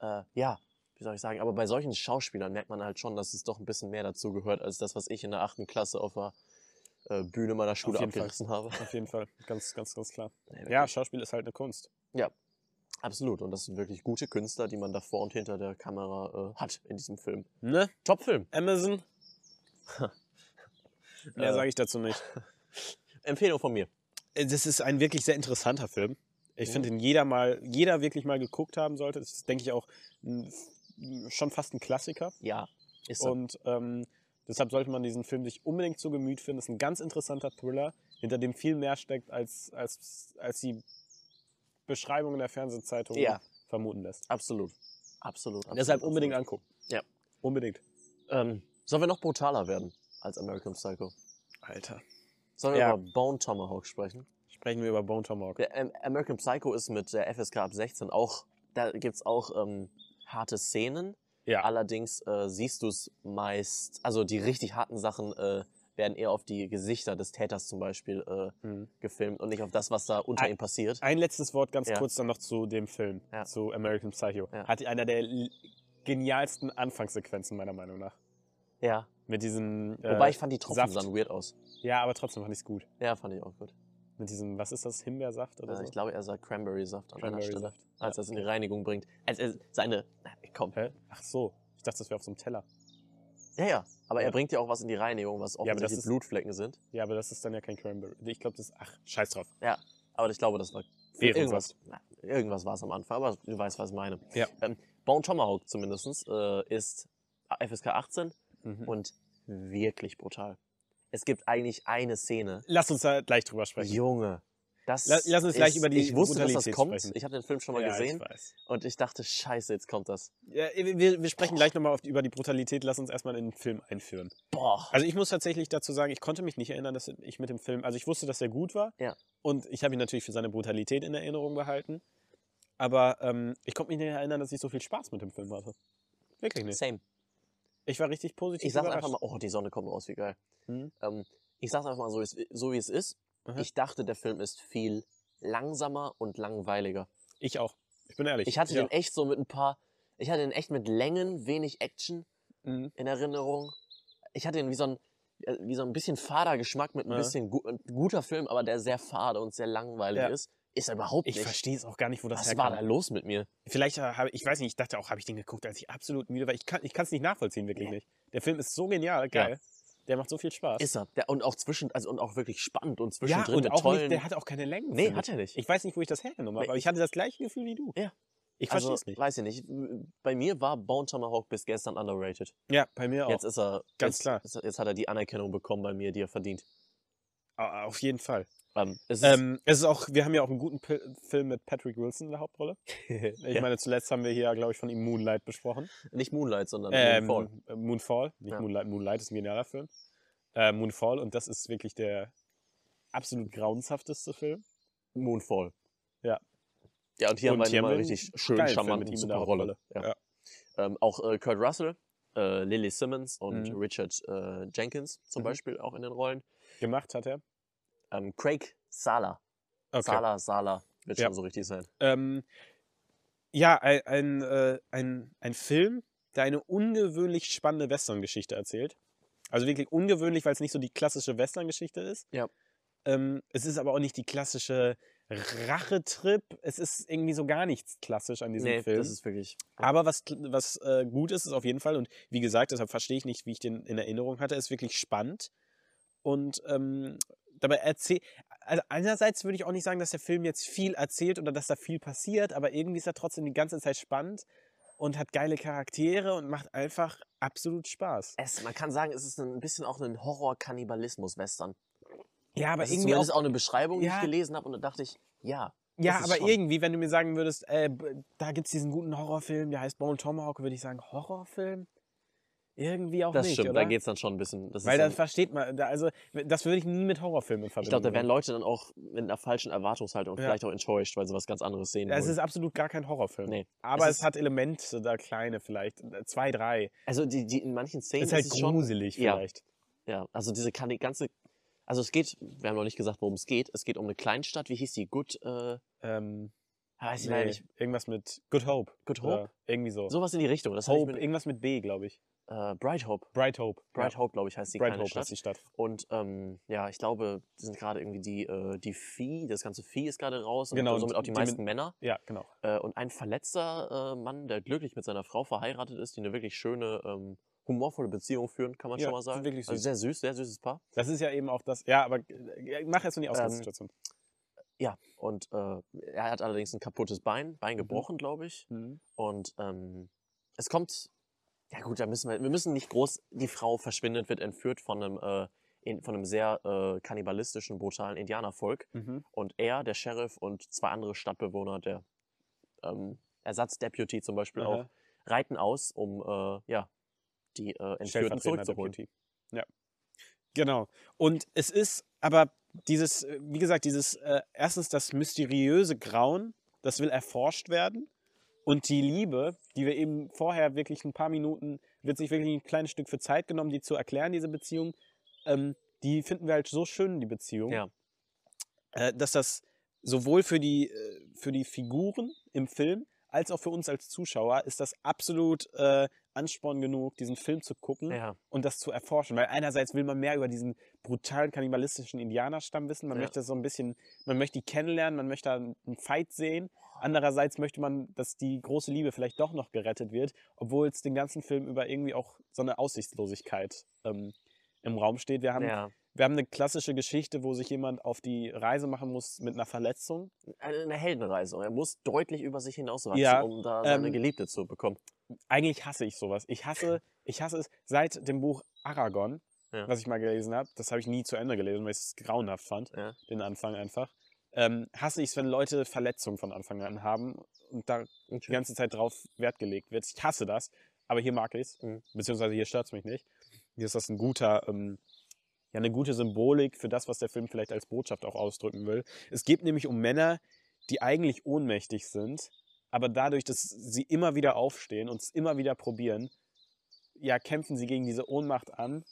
S1: Äh, ja, wie soll ich sagen, aber bei solchen Schauspielern merkt man halt schon, dass es doch ein bisschen mehr dazu gehört, als das, was ich in der achten Klasse auf der äh, Bühne meiner Schule
S2: jeden Fall.
S1: abgerissen habe.
S2: Auf jeden Fall, ganz, ganz, ganz klar.
S1: Nee,
S2: Ja,
S1: wirklich.
S2: Schauspiel ist halt eine Kunst.
S1: Absolut. Und das sind wirklich gute Künstler, die man davor und hinter der Kamera äh, hat in diesem Film.
S2: Ne?
S1: Top-Film.
S2: Amazon? Mehr
S1: Äh.
S2: sage ich dazu nicht.
S1: Empfehlung von mir.
S2: Äh, Das ist ein wirklich sehr interessanter Film. Ich
S1: Ja.
S2: finde, den jeder mal, jeder wirklich mal geguckt haben sollte. Das ist, denke ich, auch ein, schon fast ein Klassiker.
S1: Ja. Ist er.
S2: Und ähm, deshalb sollte man diesen Film sich unbedingt zu Gemüt führen. Das ist ein ganz interessanter Thriller, hinter dem viel mehr steckt, als, als, als die Beschreibung in der Fernsehzeitung
S1: Ja.
S2: vermuten lässt.
S1: Absolut. Absolut. absolut
S2: deshalb unbedingt
S1: absolut.
S2: angucken.
S1: Ja.
S2: Unbedingt.
S1: Ähm, sollen wir noch brutaler werden als American Psycho?
S2: Alter.
S1: Sollen wir
S2: Ja.
S1: über Bone Tomahawk sprechen?
S2: Sprechen wir über Bone Tomahawk.
S1: Der ähm, American Psycho ist mit der FSK ab 16 auch, da gibt's auch ähm, harte Szenen.
S2: Ja.
S1: Allerdings äh, siehst du's meist, also die richtig harten Sachen äh, werden eher auf die Gesichter des Täters zum Beispiel äh,
S2: Mhm.
S1: gefilmt und nicht auf das, was da unter
S2: Ein-
S1: ihm passiert.
S2: Ein letztes Wort ganz
S1: Ja.
S2: kurz dann noch zu dem Film,
S1: Ja.
S2: zu American Psycho.
S1: Ja.
S2: Hat einer der l- genialsten Anfangssequenzen meiner Meinung nach.
S1: Ja.
S2: Mit diesem. äh,
S1: Wobei ich fand die Tropfen
S2: Saft.
S1: sahen weird aus.
S2: ja, aber trotzdem fand ich es gut.
S1: Ja, fand ich auch gut.
S2: Mit diesem, was ist das, Himbeersaft oder
S1: Äh,
S2: so?
S1: ich glaube, er sah Cranberry-Saft an einer Stelle,
S2: Cranberry-Saft.
S1: als er es in die Reinigung bringt. Als er seine, na, komm,
S2: Hä? Ach so. Ich dachte, das wäre auf so einem Teller.
S1: ja, ja. Aber
S2: Ja.
S1: er bringt ja auch was in die Reinigung, was
S2: aber das
S1: offensichtlich
S2: ist-
S1: Blutflecken sind.
S2: Ja, aber das ist dann ja kein Cranberry. Ich glaube, das ist. Ach, scheiß drauf.
S1: Aber ich glaube, das war irgendwas.
S2: Ehrensaft.
S1: Na, irgendwas war es am Anfang, aber du weißt, was ich meine.
S2: Ja.
S1: Ähm, Bone Tomahawk zumindest äh, ist FSK 18
S2: Mhm.
S1: und wirklich brutal. Es gibt eigentlich eine Szene.
S2: Lass uns da gleich drüber sprechen.
S1: Junge. Das
S2: Lass- lass uns gleich
S1: ist-
S2: über die
S1: Ich wusste, dass das
S2: Brutalität
S1: kommt.
S2: sprechen.
S1: Ich habe den Film schon mal
S2: ja,
S1: gesehen
S2: Ich weiß.
S1: und ich dachte, scheiße, jetzt kommt das.
S2: Ja, wir, wir sprechen gleich nochmal über die Brutalität. Lass uns erstmal in den Film einführen.
S1: Boah.
S2: Also ich muss tatsächlich dazu sagen, ich konnte mich nicht erinnern, dass ich mit dem Film, also ich wusste, dass er gut war.
S1: Ja.
S2: Und ich habe ihn natürlich für seine Brutalität in Erinnerung behalten. Aber ähm, ich konnte mich nicht erinnern, dass ich so viel Spaß mit dem Film hatte. Wirklich nicht.
S1: Same.
S2: Ich war richtig positiv
S1: Ich sag's
S2: überrascht.
S1: einfach mal, oh, die Sonne kommt raus, wie geil.
S2: Mhm.
S1: Ähm, ich sag's einfach mal so, wie's- so wie es ist.
S2: Aha.
S1: Ich dachte, der Film ist viel langsamer und langweiliger.
S2: Ich auch. Ich bin ehrlich.
S1: Ich hatte
S2: ja.
S1: den echt so mit ein paar, ich hatte den echt mit Längen, wenig Action
S2: Mhm.
S1: in Erinnerung. Ich hatte den wie so ein, äh, wie so ein bisschen fader Geschmack mit ein
S2: Ja.
S1: bisschen gu ein guter Film, aber der sehr fade und sehr langweilig
S2: Ja.
S1: ist. Ist er überhaupt
S2: Ich
S1: nicht.
S2: verstehe es auch gar nicht, wo das
S1: Was war
S2: herkommt.
S1: da los mit mir?
S2: Vielleicht habe ich, weiß nicht, ich dachte auch, habe ich den geguckt, als ich absolut müde war. Ich kann es nicht nachvollziehen, wirklich
S1: Nee.
S2: nicht. Der Film ist so genial, geil. Der macht so viel Spaß.
S1: Ist er. Der, und auch zwischen, also und auch wirklich spannend und
S2: ja,
S1: zwischendrin
S2: und
S1: mit
S2: auch
S1: tollen.
S2: nicht, der hat auch keine Längen.
S1: nee,
S2: finde
S1: hat er nicht.
S2: ich. ich weiß nicht, wo ich das hergenommen habe,
S1: Nee.
S2: aber ich hatte das gleiche Gefühl wie du.
S1: Ja.
S2: Ich
S1: also,
S2: verstehe es nicht.
S1: Weiß ich nicht. Bei mir war Bone Tomahawk bis gestern underrated.
S2: Ja, bei mir auch.
S1: Jetzt ist er.
S2: Ganz
S1: jetzt,
S2: klar.
S1: Jetzt, jetzt hat er die Anerkennung bekommen bei mir, die er verdient.
S2: Au- Auf jeden Fall.
S1: Ähm, es ist,
S2: Ähm, es ist auch, wir haben ja auch einen guten Pil Film mit Patrick Wilson in der Hauptrolle. Ich
S1: ja,
S2: meine, zuletzt haben wir hier, glaube ich, von ihm Moonlight besprochen.
S1: nicht Moonlight, sondern
S2: Ähm,
S1: Moonfall.
S2: äh, Moonfall, nicht
S1: Ja.
S2: Moonlight. Moonlight ist ein genialer Film. Äh, Moonfall und das ist wirklich der absolut grauenhafteste Film.
S1: Moonfall.
S2: Ja.
S1: Ja, und hier
S2: Und
S1: haben wir
S2: hier
S1: einen mal
S2: haben wir
S1: richtig schönen,
S2: geilen Film mit
S1: charmanten
S2: ihm in der
S1: Superrolle. Ja.
S2: Hauptrolle.
S1: Ähm, auch äh, Kurt Russell, äh, Lily Simmons und
S2: Mhm.
S1: Richard äh, Jenkins zum
S2: Mhm.
S1: Beispiel auch in den Rollen.
S2: Gemacht hat er.
S1: Ähm, Craig Sala. Sala, Sala. Wird
S2: Ja.
S1: schon so richtig sein.
S2: Ähm, ja, ein, ein, äh, ein, ein Film, der eine ungewöhnlich spannende Western-Geschichte erzählt. Also wirklich ungewöhnlich, weil es nicht so die klassische Western-Geschichte ist.
S1: Ja.
S2: Ähm, es ist aber auch nicht die klassische Rachetrip. Es ist irgendwie so gar nichts klassisch an diesem
S1: Nee,
S2: Film.
S1: das ist wirklich.
S2: aber was, was äh, gut ist, ist auf jeden Fall, und wie gesagt, deshalb verstehe ich nicht, wie ich den in Erinnerung hatte, ist wirklich spannend. Und ähm, dabei erzählt. Also einerseits würde ich auch nicht sagen, dass der Film jetzt viel erzählt oder dass da viel passiert, aber irgendwie ist er trotzdem die ganze Zeit spannend und hat geile Charaktere und macht einfach absolut Spaß.
S1: Es, man kann sagen, es ist ein bisschen auch ein Horror-Kannibalismus-Western.
S2: Ja, aber
S1: Das ist
S2: irgendwie
S1: zumindest
S2: auch,
S1: auch eine Beschreibung, die
S2: Ja.
S1: ich gelesen habe und da dachte ich, ja,
S2: ja,
S1: ist
S2: aber
S1: schon.
S2: irgendwie, wenn du mir sagen würdest, äh, b- da gibt es diesen guten Horrorfilm, der heißt Bone Tomahawk, würde ich sagen, Horrorfilm? Irgendwie auch
S1: das
S2: nicht,
S1: stimmt.
S2: oder?
S1: Da geht es dann schon ein bisschen. Das
S2: Weil
S1: ist dann,
S2: das versteht man, da, also das würde ich nie mit Horrorfilmen
S1: ich
S2: verbinden.
S1: glaube, da werden Leute dann auch mit einer falschen Erwartungshaltung und
S2: Ja.
S1: vielleicht auch enttäuscht, weil sie was ganz anderes sehen
S2: es
S1: wollen.
S2: ist absolut gar kein Horrorfilm.
S1: Nee.
S2: Aber
S1: Es
S2: es,
S1: ist-
S2: hat Elemente, da kleine vielleicht, äh, zwei, drei.
S1: Also die, die in manchen Szenen
S2: ist halt
S1: es schon
S2: gruselig
S1: ja.
S2: vielleicht.
S1: Ja, also diese kann- die ganze. Also es geht, wir haben noch nicht gesagt, worum es geht. Es geht um eine Kleinstadt, wie hieß die? Good, äh,
S2: Ähm,
S1: weiß ich leider
S2: nee,
S1: nicht.
S2: irgendwas mit Good Hope.
S1: Good
S2: oder
S1: Hope?
S2: Irgendwie so.
S1: Sowas in die Richtung. Das hab
S2: Hope,
S1: ich mir,
S2: irgendwas mit B, glaube ich.
S1: äh, Bright Hope.
S2: Bright Hope.
S1: Bright
S2: ja.
S1: Hope, glaube ich, heißt die
S2: Bright
S1: kleine
S2: Hope
S1: Stadt.
S2: ist die Stadt.
S1: Und ähm, ja, ich glaube, die sind gerade irgendwie die, äh, die Vieh, das ganze Vieh ist gerade raus und
S2: Genau, und
S1: somit auch die
S2: die mit-
S1: meisten Männer.
S2: Ja, genau.
S1: Äh, und ein verletzter äh, Mann, der glücklich mit seiner Frau verheiratet ist, die eine wirklich schöne, ähm, humorvolle Beziehung führen, kann man
S2: Ja,
S1: schon mal
S2: sind
S1: sagen.
S2: wirklich
S1: Also
S2: süß.
S1: sehr süß, sehr süßes Paar.
S2: Das ist ja eben auch das. Ja, aber äh, mach jetzt nur die
S1: Ähm,
S2: Ausgangssituation.
S1: Ja, und äh, er hat allerdings ein kaputtes Bein,
S2: Mhm.
S1: Bein gebrochen, glaube ich. Und ähm, es kommt, ja gut, da müssen wir, wir müssen nicht groß, die Frau verschwindet, wird entführt von einem, äh, in, von einem sehr äh, kannibalistischen, brutalen Indianervolk.
S2: Mhm.
S1: Und er, der Sheriff und zwei andere Stadtbewohner, der ähm, Ersatzdeputy zum Beispiel auch,
S2: Aha.
S1: reiten aus, um äh, ja, die äh, Entführten
S2: Stellvertretender
S1: zurückzuholen.
S2: Deputy. Ja. Genau. Und es ist aber dieses, äh, wie gesagt, dieses äh, erstens das mysteriöse Grauen, das will erforscht werden. Und die Liebe, die wir eben vorher wirklich ein paar Minuten, wird sich wirklich ein kleines Stück für Zeit genommen, die zu erklären, diese Beziehung, ähm, die finden wir halt so schön, die Beziehung,
S1: Ja.
S2: äh, dass das sowohl für die, äh, für die Figuren im Film als auch für uns als Zuschauer ist das absolut äh, Ansporn genug, diesen Film zu gucken
S1: Ja,
S2: und das zu erforschen. Weil einerseits will man mehr über diesen brutalen kannibalistischen Indianerstamm wissen. Man
S1: Ja.
S2: möchte so ein bisschen, man möchte die kennenlernen, man möchte da einen Fight sehen. Andererseits möchte man, dass die große Liebe vielleicht doch noch gerettet wird, obwohl es den ganzen Film über irgendwie auch so eine Aussichtslosigkeit ähm, im Raum steht. Wir haben,
S1: ja.
S2: wir haben eine klassische Geschichte, wo sich jemand auf die Reise machen muss mit einer Verletzung.
S1: Eine eine Heldenreise. Er muss deutlich über sich hinauswachsen,
S2: Ja,
S1: um da seine
S2: ähm,
S1: Geliebte zu bekommen.
S2: eigentlich hasse ich sowas. Ich hasse, ich hasse es seit dem Buch Aragon,
S1: Ja.
S2: was ich mal gelesen habe. Das habe ich nie zu Ende gelesen, weil ich es grauenhaft fand,
S1: Ja.
S2: den Anfang einfach. Ähm, hasse ich es, wenn Leute Verletzungen von Anfang an haben und da die ganze Zeit drauf Wert gelegt wird. Ich hasse das, aber hier mag ich es,
S1: Mhm.
S2: beziehungsweise hier stört es mich nicht. Hier ist das ein guter, ähm, ja, eine gute Symbolik für das, was der Film vielleicht als Botschaft auch ausdrücken will. Es geht nämlich um Männer, die eigentlich ohnmächtig sind, aber dadurch, dass sie immer wieder aufstehen und es immer wieder probieren, ja, kämpfen sie gegen diese Ohnmacht an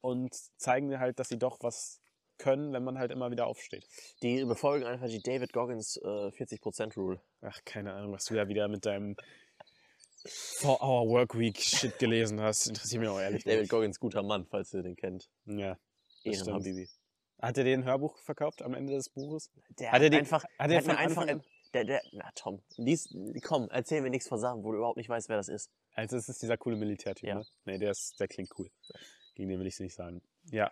S2: und zeigen halt, dass sie doch was können, wenn man halt immer wieder aufsteht.
S1: Die befolgen einfach die David Goggins äh, 40% Rule.
S2: Ach, keine Ahnung, was du da wieder mit deinem 4-Hour-Workweek-Shit gelesen hast. Interessiert mich auch ehrlich
S1: David
S2: nicht.
S1: Goggins, guter Mann, falls ihr den kennt.
S2: Ja. Das
S1: Ehren
S2: stimmt.
S1: Habibi.
S2: Hat er dir ein Hörbuch verkauft am Ende des Buches?
S1: Der
S2: Hat
S1: hat
S2: er den-
S1: einfach,
S2: Hat
S1: der
S2: er
S1: hat mir
S2: von
S1: einfach,
S2: Anfang an...
S1: der, der, na Tom, lies, komm, erzähl mir nichts von Sachen, wo du überhaupt nicht weißt, wer das ist.
S2: Also es ist dieser coole Militärtyp,
S1: Ja.
S2: ne? Nee, der, ist, der klingt cool. Gegen den will ich es nicht sagen. Ja.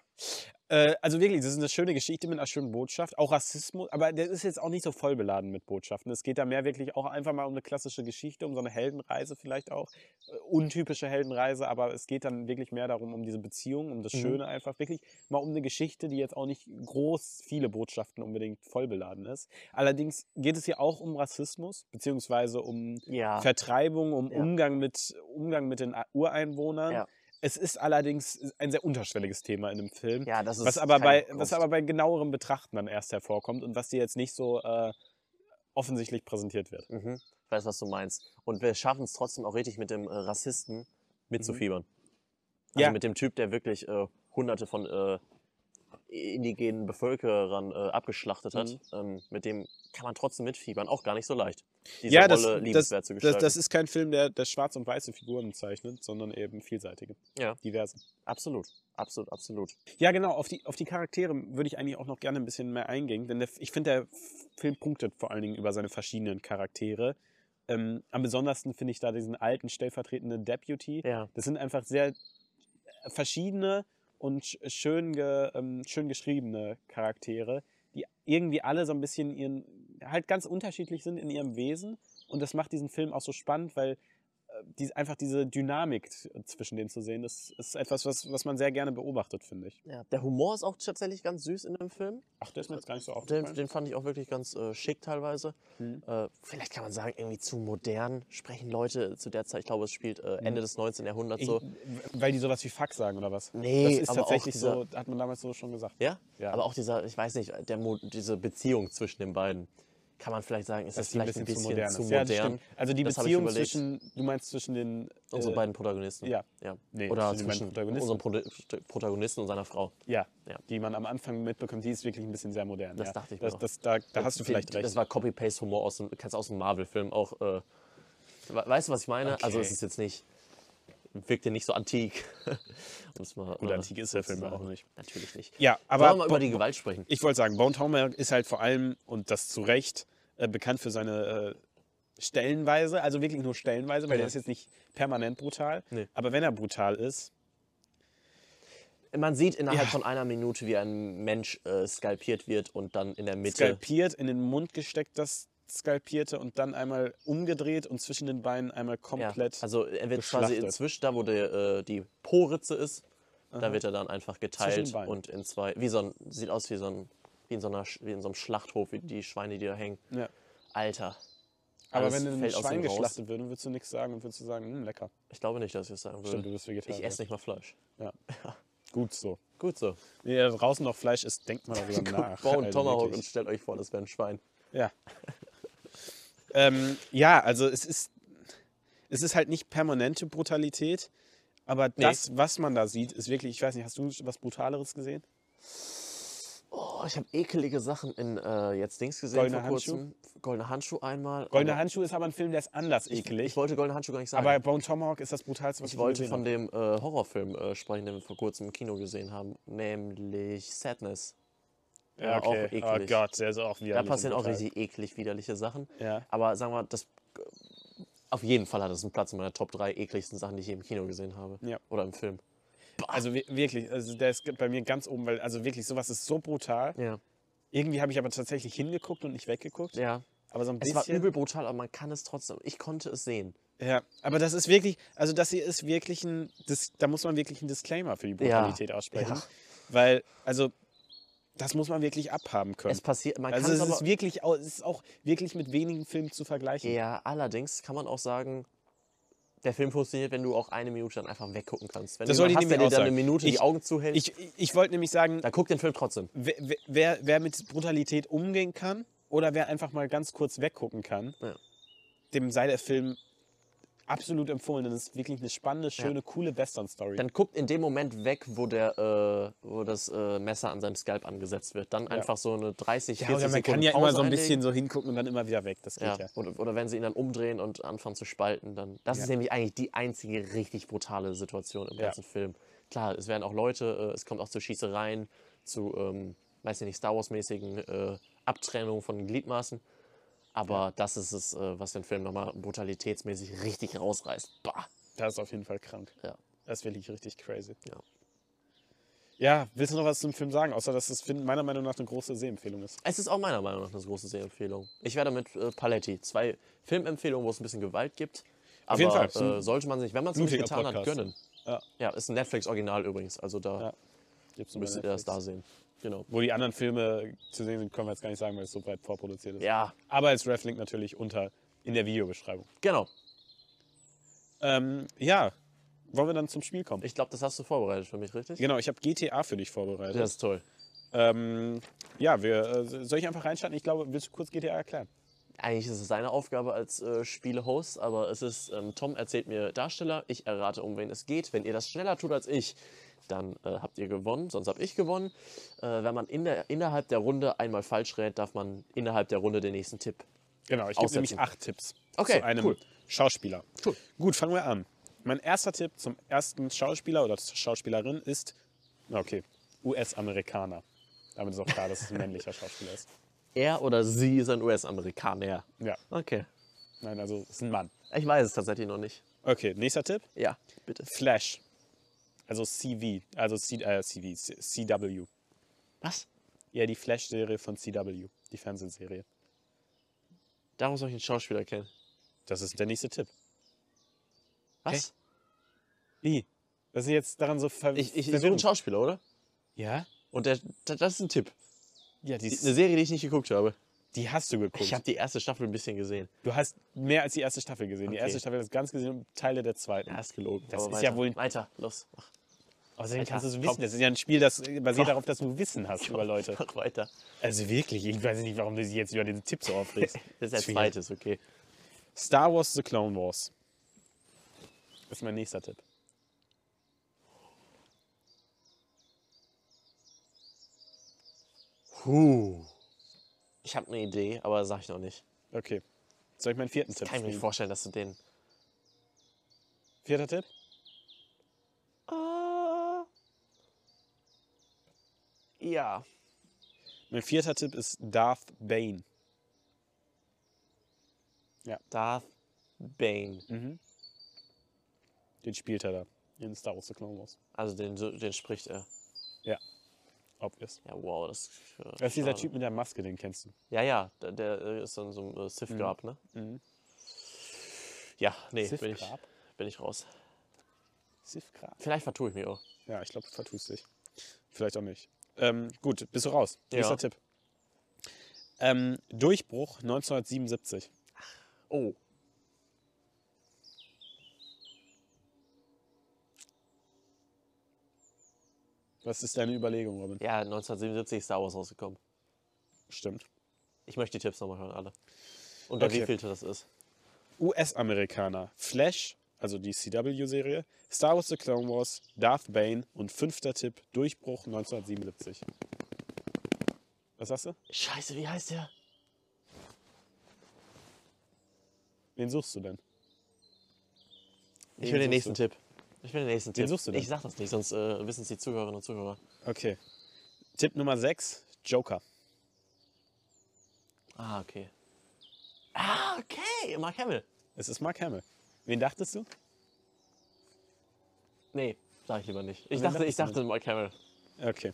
S2: Äh, also wirklich, das ist eine schöne Geschichte mit einer schönen Botschaft. Auch Rassismus, aber das ist jetzt auch nicht so voll beladen mit Botschaften. Es geht da mehr wirklich auch einfach mal um eine klassische Geschichte, um so eine Heldenreise vielleicht auch. Äh, untypische Heldenreise, aber es geht dann wirklich mehr darum, um diese Beziehung, um das
S1: Mhm.
S2: Schöne einfach. Wirklich mal um eine Geschichte, die jetzt auch nicht groß viele Botschaften unbedingt voll beladen ist. Allerdings geht es hier auch um Rassismus, beziehungsweise um
S1: Ja.
S2: Vertreibung, um
S1: Ja.
S2: Umgang, mit, Umgang mit den A- Ureinwohnern.
S1: Ja.
S2: Es ist allerdings ein sehr unterschwelliges Thema in dem Film.
S1: Ja, das ist
S2: Was aber, bei,
S1: keine
S2: was
S1: Kunst.
S2: aber bei genauerem Betrachten dann erst hervorkommt und was dir jetzt nicht so äh, offensichtlich präsentiert wird.
S1: Mhm. Ich weiß, was du meinst. Und wir schaffen es trotzdem auch richtig mit dem äh, Rassisten mitzufiebern. Also
S2: Mhm. Ja.
S1: mit dem Typ, der wirklich äh, hunderte von äh, indigenen Bevölkerern äh, abgeschlachtet hat.
S2: Mhm.
S1: Ähm, mit dem kann man trotzdem mitfiebern. Auch gar nicht so leicht, diese
S2: Ja, das-
S1: Rolle
S2: das-
S1: liebenswert zu
S2: Das,
S1: gestalten.
S2: das ist kein Film, der, der schwarz und weiße Figuren zeichnet, sondern eben vielseitige,
S1: Ja.
S2: diverse.
S1: absolut, absolut, absolut.
S2: Ja, genau, auf die, auf die Charaktere würde ich eigentlich auch noch gerne ein bisschen mehr eingehen, denn der, ich finde, der Film punktet vor allen Dingen über seine verschiedenen Charaktere. Ähm, am besondersten finde ich da diesen alten stellvertretenden Deputy,
S1: Ja.
S2: Das sind einfach sehr verschiedene und sch- schön, ge, ähm, schön geschriebene Charaktere, die irgendwie alle so ein bisschen ihren, halt ganz unterschiedlich sind in ihrem Wesen. Und das macht diesen Film auch so spannend, weil äh, die, einfach diese Dynamik z- zwischen denen zu sehen, das ist etwas, was, was man sehr gerne beobachtet, finde ich.
S1: ja. Der Humor ist auch tatsächlich ganz süß in dem Film.
S2: Ach, das ist mir jetzt gar nicht so
S1: Den,
S2: aufgefallen.
S1: den fand ich auch wirklich ganz äh, schick teilweise.
S2: Mhm.
S1: Äh, vielleicht kann man sagen, irgendwie zu modern sprechen Leute zu der Zeit. Ich glaube, es spielt äh, Ende
S2: Mhm.
S1: des 19. Jahrhunderts
S2: Ich,
S1: so.
S2: weil die sowas wie Fuck sagen oder was?
S1: Nee,
S2: das ist
S1: aber auch
S2: tatsächlich
S1: dieser,
S2: so, hat man damals so schon gesagt.
S1: Ja?
S2: Ja.
S1: aber auch dieser, ich weiß nicht, der Mo diese Beziehung zwischen den beiden, kann man vielleicht sagen, ist das,
S2: die
S1: vielleicht ein bisschen, zu
S2: Ja,
S1: modern.
S2: das stimmt. also die
S1: Das hab ich
S2: Beziehung
S1: überlegt.
S2: zwischen, du meinst zwischen den
S1: Unsere
S2: äh,
S1: beiden Protagonisten.
S2: ja.
S1: ja.
S2: Nee,
S1: Oder
S2: zwischen den beiden
S1: zwischen
S2: Protagonisten.
S1: unserem Pro Protagonisten und seiner Frau.
S2: Ja,
S1: Ja.
S2: die man am Anfang mitbekommt, die ist wirklich ein bisschen sehr modern.
S1: Das
S2: ja.
S1: dachte ich mir
S2: das,
S1: auch.
S2: das, Da, da hast du
S1: Die-
S2: vielleicht
S1: die-
S2: recht.
S1: Das war Copy-Paste-Humor aus dem, kannst du aus dem Marvel-Film auch. Äh, we- weißt du, was ich meine? Also,
S2: Okay.
S1: es ist jetzt nicht. Wirkt ja nicht so antik. Um's mal,
S2: Gut, antik ist der Film
S1: sozusagen.
S2: auch nicht.
S1: Natürlich nicht.
S2: ja,
S1: Aber Wollen
S2: aber
S1: wir mal über die Gewalt sprechen?
S2: ich wollte sagen, Bonehommer ist halt vor allem, und das zu Recht, äh, bekannt für seine äh, Stellenweise, also wirklich nur stellenweise, weil
S1: Ja.
S2: er ist jetzt nicht permanent brutal.
S1: Nee.
S2: Aber wenn er brutal ist,
S1: Man sieht innerhalb
S2: Ja.
S1: von einer Minute, wie ein Mensch äh, skalpiert wird und dann in der Mitte.
S2: skalpiert, in den Mund gesteckt, das Skalpierte und dann einmal umgedreht und zwischen den Beinen einmal komplett.
S1: Ja, also er wird quasi
S2: geschlachtet.
S1: inzwischen, da wo der, äh, die Po-Ritze ist, da
S2: Aha.
S1: wird er dann einfach
S2: Zwischen
S1: geteilt
S2: den Beinen.
S1: und in zwei, wie so ein, sieht aus wie so ein, wie in so, einer, Sch- wie in so einem Schlachthof, wie die Schweine, die da hängen.
S2: Ja.
S1: Alter,
S2: Aber
S1: alles
S2: wenn ein
S1: fällt aus
S2: Schwein
S1: ihm raus.
S2: geschlachtet würde, würdest du nichts sagen und würdest du sagen, hm, lecker.
S1: ich glaube nicht, dass ich das sagen
S2: Stimmt, du
S1: würde.
S2: bist Vegetarier.
S1: Ich esse nicht mal Fleisch.
S2: Gut so.
S1: Gut so.
S2: Wenn ihr da draußen noch Fleisch isst, denkt mal darüber nach.
S1: Guckt Bone
S2: Also
S1: Tomahawk
S2: wirklich.
S1: und stellt euch vor, das wäre ein Schwein.
S2: Ja. ähm, ja, also es ist, es ist halt nicht permanente Brutalität, aber das, was man da sieht, ist wirklich, ich weiß nicht, hast du was Brutaleres gesehen?
S1: Oh, ich habe ekelige Sachen in äh, jetzt Dings gesehen
S2: Goldene
S1: vor kurzem. Goldene Handschuhe einmal.
S2: Goldene
S1: aber
S2: Handschuhe ist aber ein Film, der ist anders
S1: Ich
S2: eklig.
S1: wollte Goldene Handschuhe gar nicht sagen.
S2: Aber Bone Tomahawk ist das brutalste, was
S1: Ich
S2: ich,
S1: wollte
S2: gesehen
S1: von
S2: habe.
S1: dem äh, Horrorfilm äh, sprechen, den wir vor kurzem im Kino gesehen haben, nämlich Sadness.
S2: Ja,
S1: war auch
S2: okay. oh
S1: eklig.
S2: Gott, der ist auch wieder.
S1: Da passieren auch richtig eklig widerliche Sachen.
S2: Ja.
S1: Aber sagen wir, das auf jeden Fall hat es einen Platz in meiner Top 3 ekligsten Sachen, die ich je im Kino gesehen habe.
S2: Ja.
S1: Oder im Film.
S2: Also wir- wirklich, also der ist bei mir ganz oben, weil also wirklich sowas ist so brutal.
S1: Ja.
S2: Irgendwie habe ich aber tatsächlich hingeguckt und nicht weggeguckt.
S1: ja.
S2: Aber so ein
S1: Es
S2: bisschen.
S1: war übel brutal, aber man kann es trotzdem. Ich konnte es sehen.
S2: Ja, aber das ist wirklich, also das hier ist wirklich ein, das, da muss man wirklich einen Disclaimer für die
S1: Ja,
S2: Brutalität aussprechen.
S1: ja.
S2: Weil, also, das muss man wirklich abhaben können.
S1: Es passiert, man
S2: also
S1: kann
S2: es
S1: es aber.
S2: ist wirklich, au- es ist auch wirklich mit wenigen Filmen zu vergleichen.
S1: ja, allerdings kann man auch sagen, der Film funktioniert, wenn du auch eine Minute dann einfach weggucken kannst. Wenn
S2: Das
S1: jemand
S2: wollte ich
S1: hast, der
S2: nämlich
S1: dir
S2: auch
S1: dann eine
S2: sagen.
S1: Minute die
S2: Ich-
S1: Augen zuhält,
S2: Ich, ich wollte nämlich sagen,
S1: dann guck den Film trotzdem.
S2: wer, wer- wer, wer mit Brutalität umgehen kann oder wer einfach mal ganz kurz weggucken kann,
S1: Ja.
S2: dem sei der Film absolut empfohlen. Denn es ist wirklich eine spannende, schöne, coole Western-Story.
S1: Dann guckt in dem Moment weg, wo, der, äh, wo das äh, Messer an seinem Scalp angesetzt wird. Dann einfach so eine 30, 40
S2: Ja, oder man
S1: Sekunden
S2: kann ja immer
S1: Pause
S2: so ein bisschen
S1: einlegen.
S2: so hingucken und dann immer wieder weg. Das geht
S1: Ja.
S2: ja.
S1: Oder, oder wenn sie ihn dann umdrehen und anfangen zu spalten, dann. Das ist
S2: Ja.
S1: nämlich eigentlich die einzige richtig brutale Situation im
S2: Ja.
S1: ganzen Film. Klar, es werden auch Leute, äh, es kommt auch zu Schießereien, zu, ähm, weiß ich nicht, Star Wars-mäßigen äh, Abtrennungen von Gliedmaßen. Aber das ist es, äh, was den Film nochmal brutalitätsmäßig richtig rausreißt. Bah!
S2: Das ist auf jeden Fall krank.
S1: Ja.
S2: Das ist wirklich richtig crazy.
S1: Ja.
S2: Ja, willst du noch was zum Film sagen? Außer, dass es find- meiner Meinung nach eine große Sehempfehlung ist.
S1: Es ist auch meiner Meinung nach eine große Sehempfehlung. Ich werde mit äh, Paletti zwei Filmempfehlungen, wo es ein bisschen Gewalt gibt. Aber
S2: jeden Fall. Ist ein
S1: Äh, sollte man sich, wenn man es noch nicht
S2: blutiger
S1: getan hat,
S2: Podcast.
S1: gönnen.
S2: Ja.
S1: ja, ist ein Netflix-Original übrigens. Also da
S2: Ja. Gibt's nur bei
S1: müsstet ihr das
S2: Netflix.
S1: da sehen. Genau.
S2: Wo die anderen Filme zu sehen sind, können wir jetzt gar nicht sagen, weil es so weit vorproduziert ist.
S1: Ja,
S2: Aber als Reflink natürlich unter in der Videobeschreibung.
S1: genau.
S2: Ähm, ja, wollen wir dann zum Spiel kommen?
S1: Ich glaube, das hast du vorbereitet für mich, richtig?
S2: genau, ich habe GTA für dich vorbereitet.
S1: Das ist toll.
S2: Ähm, ja, wir, äh, soll ich einfach reinstarten? Ich glaube, willst du kurz GTA erklären?
S1: Eigentlich ist es seine Aufgabe als äh, Spielehost, aber es ist, ähm, Tom erzählt mir Darsteller, ich errate, um wen es geht. Wenn ihr das schneller tut als ich, dann äh, habt ihr gewonnen, sonst hab ich gewonnen. Äh, wenn man in der, innerhalb der Runde einmal falsch rät, darf man innerhalb der Runde den nächsten Tipp.
S2: Genau, ich gebe
S1: Aussetzen.
S2: nämlich acht Tipps
S1: Okay,
S2: zu einem
S1: cool.
S2: Schauspieler.
S1: Cool.
S2: Gut, fangen wir an. Mein erster Tipp zum ersten Schauspieler oder zur Schauspielerin ist, na okay, US-Amerikaner. Damit ist auch klar, dass es ein männlicher Schauspieler ist.
S1: Er oder sie ist ein US-Amerikaner.
S2: Ja,
S1: Okay.
S2: nein, also es ist ein Mann.
S1: Ich weiß es tatsächlich noch nicht.
S2: Okay, nächster Tipp.
S1: Ja, bitte.
S2: Flash. Also CV, also C, äh, CV, C- CW.
S1: Was?
S2: Ja, die Flash-Serie von CW, die Fernsehserie.
S1: Darum soll ich einen Schauspieler kennen.
S2: Das ist der nächste Tipp.
S1: Was?
S2: I. Was ist jetzt daran so ver
S1: Ich, ich, ich bin
S2: verwirrend?
S1: ein Schauspieler, oder?
S2: Ja?
S1: Und der, das ist ein Tipp.
S2: Ja, die,
S1: Eine Serie, die ich nicht geguckt habe.
S2: die hast du geguckt.
S1: Ich habe die erste Staffel ein bisschen gesehen.
S2: Du hast mehr als die erste Staffel gesehen. Die
S1: Okay.
S2: erste Staffel hast du ganz gesehen und Teile der zweiten.
S1: ist gelogen.
S2: Das ist ja wohl-
S1: Weiter, los. Mach,
S2: Außerdem
S1: Alter,
S2: kannst du es
S1: komm.
S2: wissen. Das ist ja ein Spiel, das basiert darauf, dass du Wissen hast über Leute.
S1: mach weiter.
S2: Also wirklich, ich weiß nicht, warum du dich jetzt über den Tipp so aufregst.
S1: Das ist der zweite, ist okay.
S2: Star Wars The Clone Wars. Das ist mein nächster Tipp.
S1: Huh. Ich habe eine Idee, aber sag ich noch nicht.
S2: Okay. Soll ich meinen vierten Tipp
S1: Kann ich mir nicht
S2: spielen?
S1: vorstellen, dass du den.
S2: Vierter Tipp?
S1: Ah. ja.
S2: Mein vierter Tipp ist Darth Bane.
S1: Darth Bane.
S2: Den spielt er da in Star Wars The Clone Wars.
S1: Also den, den spricht er.
S2: Obvious.
S1: Ja, wow, das ist. äh,
S2: Das ist dieser
S1: schade.
S2: Typ mit der Maske, den kennst du.
S1: Ja, ja, der, der äh, ist dann so ein äh, Sith Grab, ne?
S2: Mhm.
S1: Ja, nee,
S2: Sith
S1: bin ich,
S2: Grab?
S1: bin ich raus.
S2: Sif Graf.
S1: Vielleicht vertue ich mich auch.
S2: Ja, ich glaube, du vertust dich. Vielleicht auch nicht. Ähm, gut, bist du raus.
S1: Ja.
S2: Nächster Tipp. Ähm, Durchbruch 1977.
S1: Oh.
S2: Was ist deine Überlegung, Robin?
S1: Ja, 1977 ist Star Wars rausgekommen.
S2: Stimmt.
S1: Ich möchte die Tipps nochmal hören, alle. Und okay.
S2: Okay.
S1: wie viel das ist.
S2: US-Amerikaner. Flash, also die CW-Serie. Star Wars The Clone Wars. Darth Bane. Und fünfter Tipp. Durchbruch 1977. Was sagst du?
S1: Scheiße, wie heißt der?
S2: Wen suchst du denn?
S1: Ich will
S2: Wen
S1: den
S2: suchst
S1: nächsten Tipp. Ich will den nächsten Tipp.
S2: suchst du denn?
S1: Ich sag das nicht, sonst äh, wissen es die Zuhörerinnen und Zuhörer.
S2: du? Okay. Tipp Nummer 6. Joker.
S1: Ah, okay. Ah, okay. Mark Hamill.
S2: Es ist Mark Hamill. Wen dachtest du?
S1: Nee, sag ich lieber nicht. Ich
S2: Wen
S1: dachte, ich
S2: dachtest du
S1: dachte Mark Hamill.
S2: Okay.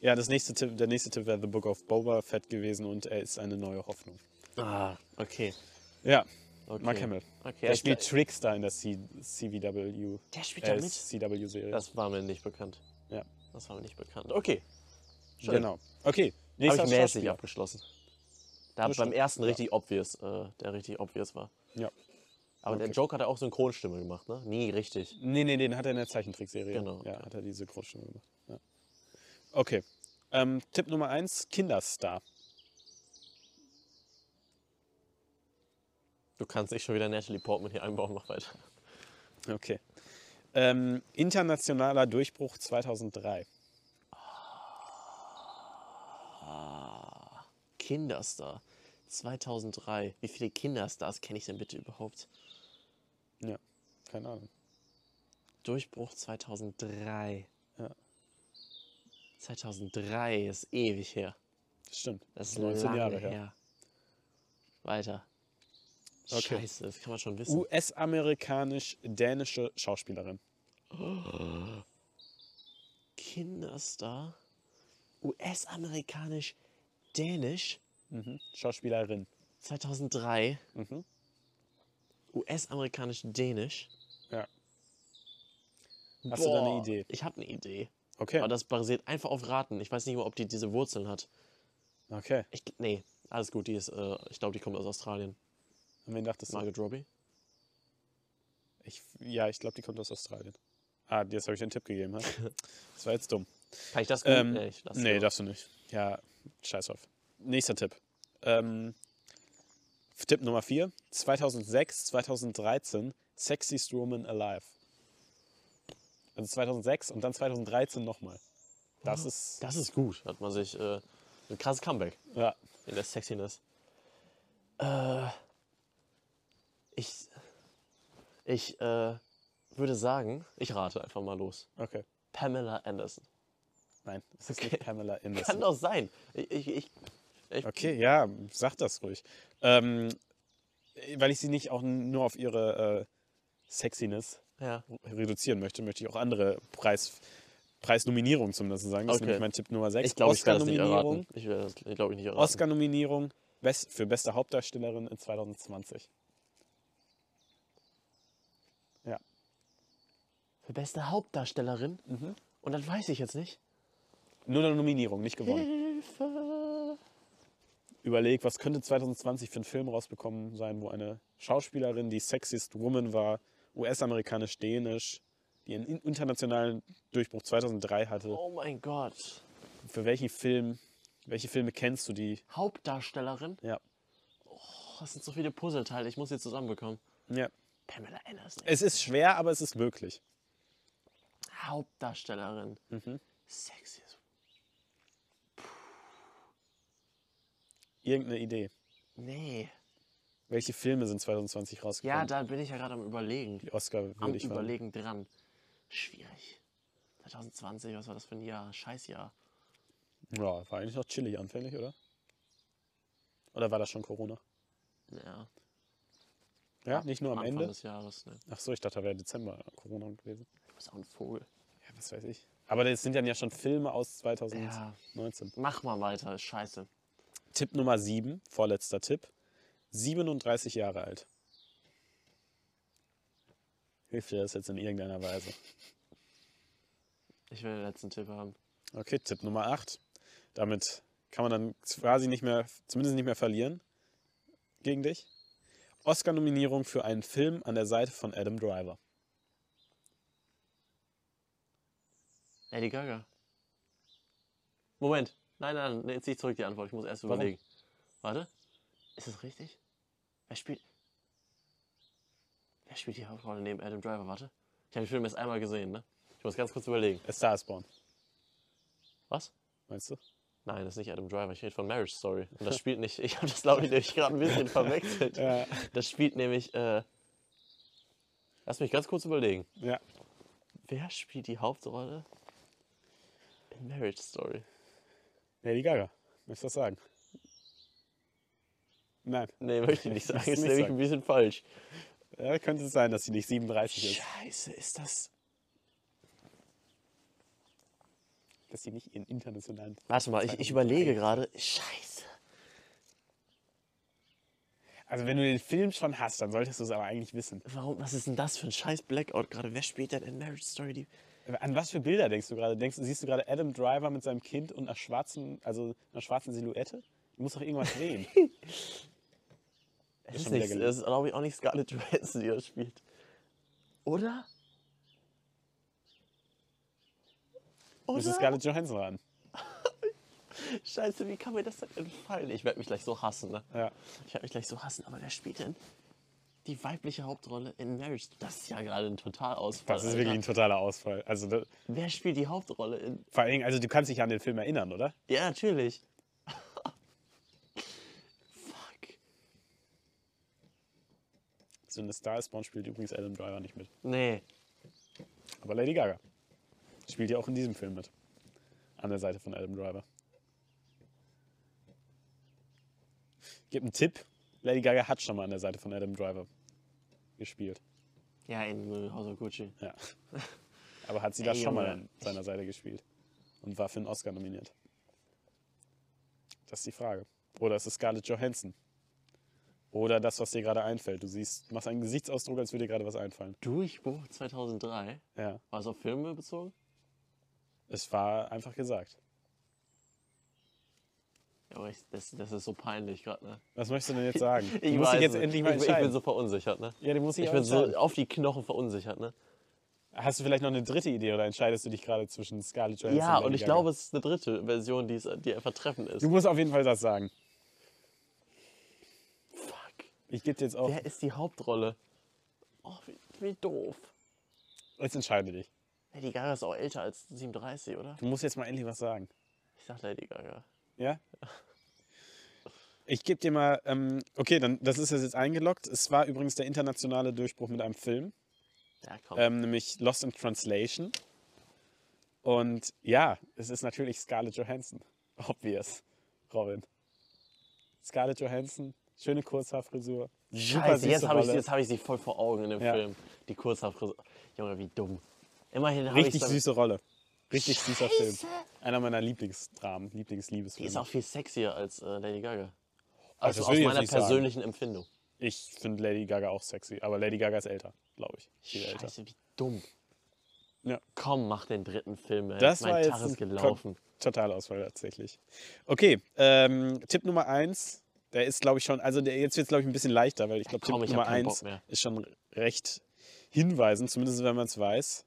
S2: Ja, das nächste Tipp, der nächste Tipp wäre The Book of Boba Fett gewesen und er ist eine neue Hoffnung.
S1: Ah, okay.
S2: Ja,
S1: okay.
S2: Mark Hamill.
S1: Okay,
S2: Er
S1: ich-
S2: spielt Trickster in der C CW.
S1: Der spielt da
S2: Äh,
S1: mit.
S2: CW-Serie.
S1: Das war mir nicht bekannt.
S2: Ja.
S1: Das war mir nicht bekannt. Okay. schön.
S2: Genau. Okay,
S1: Habe
S2: nächster
S1: ich mäßig
S2: Schauspieler.
S1: abgeschlossen. Da
S2: Das
S1: beim
S2: stimmt,
S1: ersten
S2: ja.
S1: richtig obvious, äh, der richtig obvious war.
S2: Ja.
S1: Aber der
S2: Okay.
S1: Joke hat er auch Synchronstimme gemacht, ne? Nie richtig.
S2: Nee, nee, den hat er in der Zeichentrickserie.
S1: Genau,
S2: Ja,
S1: ja.
S2: hat er diese Großstimme gemacht. Ja. Okay. Ähm, Tipp Nummer 1, Kinderstar.
S1: Du kannst nicht schon wieder Natalie Portman hier einbauen, mach weiter.
S2: Okay. Ähm, internationaler Durchbruch 2003.
S1: Kinderstar. 2003. Wie viele Kinderstars kenne ich denn bitte überhaupt?
S2: Ja, keine Ahnung.
S1: Durchbruch 2003.
S2: Ja.
S1: 2003 ist ewig her.
S2: Das stimmt.
S1: Das ist
S2: 19
S1: lange
S2: Jahre
S1: her.
S2: her.
S1: Weiter.
S2: Okay.
S1: Scheiße, das kann man schon wissen.
S2: US-amerikanisch-dänische Schauspielerin.
S1: Kinderstar, US-amerikanisch-dänisch,
S2: Mhm. Schauspielerin.
S1: 2003,
S2: Mhm.
S1: US-amerikanisch-dänisch.
S2: Ja. Hast du da eine Idee?
S1: Ich habe eine Idee.
S2: Okay.
S1: Aber Oh, das basiert einfach auf Raten. Ich weiß nicht mal, ob die diese Wurzeln hat.
S2: Okay.
S1: Ich, nee, alles gut. Die ist, äh, ich glaube, die kommt aus Australien.
S2: An wen dachtest du?
S1: Margaret Robbie.
S2: Ich, ja, ich glaube, die kommt aus Australien. Ah, jetzt habe ich einen Tipp gegeben. ha? Das war jetzt dumm.
S1: Kann ich das
S2: Ähm,
S1: googeln? ich lass
S2: nee,
S1: lieber.
S2: darfst du nicht. Ja, scheiß auf. Nächster Tipp. Ähm, Tipp Nummer 4. 2006, 2013, Sexiest Woman Alive. Also 2006 und dann 2013 nochmal. Das ist,
S1: das ist gut. Hat man sich äh, ein krasses Comeback
S2: ja,
S1: in der Sexiness. Äh, ich ich äh, würde sagen, ich rate einfach mal los.
S2: okay.
S1: Pamela Anderson.
S2: Nein, es ist
S1: Okay.
S2: nicht Pamela
S1: Kann
S2: Anderson.
S1: doch sein. Ich, ich, ich, ich,
S2: Okay, ja, sag das ruhig. Ähm, weil ich sie nicht auch nur auf ihre äh, Sexiness
S1: Ja.
S2: reduzieren möchte, möchte ich auch andere Preis, Preisnominierungen zumindest sagen. Das ist
S1: Okay.
S2: nämlich mein Tipp Nummer 6.
S1: Ich glaube, ich werde es nicht erraten. Ich werde es, glaube ich, nicht erraten.
S2: Oscar-Nominierung best, für beste Hauptdarstellerin in 2020.
S1: Für beste Hauptdarstellerin. Und das weiß ich jetzt nicht.
S2: Nur eine Nominierung, nicht gewonnen.
S1: Hilfe.
S2: Überleg, was könnte 2020 für einen Film rausbekommen sein, wo eine Schauspielerin, die sexiest woman war, US-amerikanisch, dänisch, die einen in- internationalen Durchbruch 2003 hatte.
S1: Oh mein Gott.
S2: Für welchen Film, welche Filme kennst du, die
S1: Hauptdarstellerin.
S2: Ja.
S1: Oh, das sind so viele Puzzleteile. Ich muss sie zusammenbekommen.
S2: Ja.
S1: Pamela Anderson.
S2: Es ist schwer, aber es ist möglich.
S1: Hauptdarstellerin.
S2: Mhm.
S1: Sexy. as-
S2: Irgendeine Idee.
S1: Nee.
S2: Welche Filme sind 2020
S1: Ja,
S2: rausgekommen?
S1: da bin ich ja gerade am Überlegen.
S2: die Oscar
S1: Am
S2: würde ich waren.
S1: Überlegen dran. Schwierig. 2020, was war das für ein Jahr? Scheißjahr.
S2: Ja, war eigentlich noch chillig anfällig, oder? Oder war das schon Corona?
S1: Ja.
S2: Ja, nicht nur am
S1: Anfang
S2: Ende.
S1: des Jahres, ne?
S2: Ach so, ich dachte, da wäre Dezember Corona gewesen.
S1: Du bist auch ein Vogel.
S2: Ja, was weiß ich. Aber das sind dann ja schon Filme aus 2019.
S1: Ja, mach mal weiter, ist scheiße.
S2: Tipp Nummer 7, vorletzter Tipp. 37 Jahre alt. Hilft dir das jetzt in irgendeiner Weise?
S1: Ich will den letzten Tipp haben.
S2: Okay, Tipp Nummer 8. Damit kann man dann quasi nicht mehr, zumindest nicht mehr verlieren gegen dich. Oscar-Nominierung für einen Film an der Seite von Adam Driver.
S1: Lady Gaga. Moment. Nein, nein, nein, jetzt nicht zurück die Antwort. Ich muss erst
S2: Warum?
S1: überlegen. Warte. Ist das richtig? Wer spielt. Wer spielt die Hauptrolle neben Adam Driver? Warte. Ich habe den Film erst einmal gesehen, ne? Ich muss ganz kurz überlegen.
S2: A Star is Born,
S1: Was?
S2: meinst du?
S1: Nein, das ist nicht Adam Driver. Ich rede von Marriage Story. Und das spielt nicht. Ich habe das, glaube ich, nämlich gerade ein bisschen verwechselt.
S2: Ja.
S1: Das spielt nämlich. Äh, lass mich ganz kurz überlegen.
S2: Ja.
S1: Wer spielt die Hauptrolle in Marriage Story?
S2: Lady Gaga, möchtest du das sagen? Nein,
S1: Nee, möchte ich nicht sagen.
S2: Möchtest du
S1: Ist nämlich
S2: nicht sagen.
S1: ein bisschen falsch.
S2: ja, könnte es sein, dass sie nicht 37 ist.
S1: Scheiße, ist das.
S2: Dass sie nicht ihren internationalen.
S1: Warte mal, ich, ich überlege gerade. Scheiße.
S2: Also, wenn du den Film schon hast, dann solltest du es aber eigentlich wissen.
S1: Warum, was ist denn das für ein scheiß Blackout gerade? Wer spielt denn in Marriage Story die.
S2: An was für Bilder denkst du gerade? Denkst, du- siehst du gerade Adam Driver mit seinem Kind und einer schwarzen, also einer schwarzen Silhouette? Du musst doch irgendwas sehen.
S1: Es ist,
S2: schon wieder
S1: nicht,
S2: gelogen.
S1: es ist glaube ich, auch nicht Scarlett Johansson, die das spielt. Oder? Oder?
S2: Das ist Scarlett Johansson ran.
S1: Scheiße, wie kann mir das denn entfallen? Ich werde mich gleich so hassen, ne?
S2: Ja.
S1: Ich werde mich gleich so hassen, aber wer spielt denn die weibliche Hauptrolle in Marriage? Story? Das ist ja gerade ein Totalausfall.
S2: Das ist
S1: Alter.
S2: wirklich ein totaler Ausfall. Also, da,
S1: Wer spielt die Hauptrolle in.
S2: vor allen Dingen, also du kannst dich ja an den Film erinnern, oder?
S1: Ja, natürlich. Fuck.
S2: So eine Star is Born spielt übrigens Adam Driver nicht mit.
S1: Nee.
S2: Aber Lady Gaga spielt ja auch in diesem Film mit. An der Seite von Adam Driver. Gib einen Tipp. Lady Gaga hat schon mal an der Seite von Adam Driver gespielt.
S1: Ja, in äh, House of Gucci.
S2: Ja. Aber hat sie da
S1: Ey,
S2: schon mal
S1: Junge.
S2: an seiner Seite gespielt? und war für einen Oscar nominiert? Das ist die Frage. Oder ist es Scarlett Johansson? Oder das, was dir gerade einfällt. Du siehst, machst einen Gesichtsausdruck, als würde dir gerade was einfallen.
S1: Durchbruch 2003.
S2: Ja,
S1: War es auf Filme bezogen?
S2: es war einfach gesagt.
S1: Ja, aber ich, das, das ist so peinlich gerade, ne?
S2: Was möchtest du denn jetzt sagen? Du
S1: Ich
S2: musst dich
S1: weiß
S2: jetzt
S1: es.
S2: endlich mal
S1: ich, bin- ich bin
S2: entscheiden.
S1: so verunsichert, ne?
S2: ja, den muss ich,
S1: Ich
S2: auch
S1: bin so
S2: entscheiden.
S1: auf die Knochen verunsichert, ne?
S2: Hast du vielleicht noch eine dritte Idee oder entscheidest du dich gerade zwischen Scarlett Johansson
S1: Ja, und
S2: Lady
S1: ich
S2: Gaga?
S1: glaube, es ist eine dritte Version, die, es, die einfach treffend ist.
S2: Du musst auf jeden Fall das sagen.
S1: Fuck.
S2: Ich gebe dir jetzt auch.
S1: Wer ist die Hauptrolle? Oh, wie, wie doof.
S2: Jetzt entscheide dich.
S1: Lady Gaga ist auch älter als 37, oder?
S2: Du musst jetzt mal endlich was sagen.
S1: Ich sag Lady Gaga.
S2: Ja? Ich gebe dir mal, ähm, okay, dann das ist jetzt eingeloggt. Es war übrigens der internationale Durchbruch mit einem Film,
S1: Ja, komm.
S2: ähm, nämlich Lost in Translation. Und ja, es ist natürlich Scarlett Johansson. Obvious, Robin. Scarlett Johansson, schöne Kurzhaarfrisur. super
S1: Scheiße, jetzt
S2: süße
S1: habe ich,
S2: Rolle.
S1: jetzt hab ich sie voll vor Augen in dem
S2: Ja.
S1: Film. Die Kurzhaarfrisur. Junge, wie dumm. Immerhin habe ich
S2: Richtig süße Rolle. Richtig süßer Film. Einer meiner Lieblingsdramen,
S1: Die
S2: Lieblingsliebesfilme.
S1: ist auch viel sexier als äh, Lady Gaga.
S2: das
S1: Also
S2: will
S1: aus
S2: ich jetzt
S1: meiner
S2: nicht sagen.
S1: persönlichen Empfindung.
S2: Ich finde Lady Gaga auch sexy, aber Lady Gaga ist älter, glaube ich. Viel älter.
S1: Scheiße, wie dumm.
S2: Ja.
S1: Komm, mach den dritten Film. Ey.
S2: Das
S1: mein
S2: war
S1: Tag
S2: jetzt
S1: ist
S2: ein
S1: gelaufen.
S2: Totalausfall tatsächlich. Okay, ähm, Tipp Nummer eins, der ist glaube ich schon, also der, jetzt wird es glaube ich ein bisschen leichter, weil ich glaube
S1: komm, ich
S2: Tipp
S1: hab
S2: Nummer
S1: keinen Bock
S2: eins
S1: mehr.
S2: ist schon recht hinweisend, zumindest wenn man es weiß.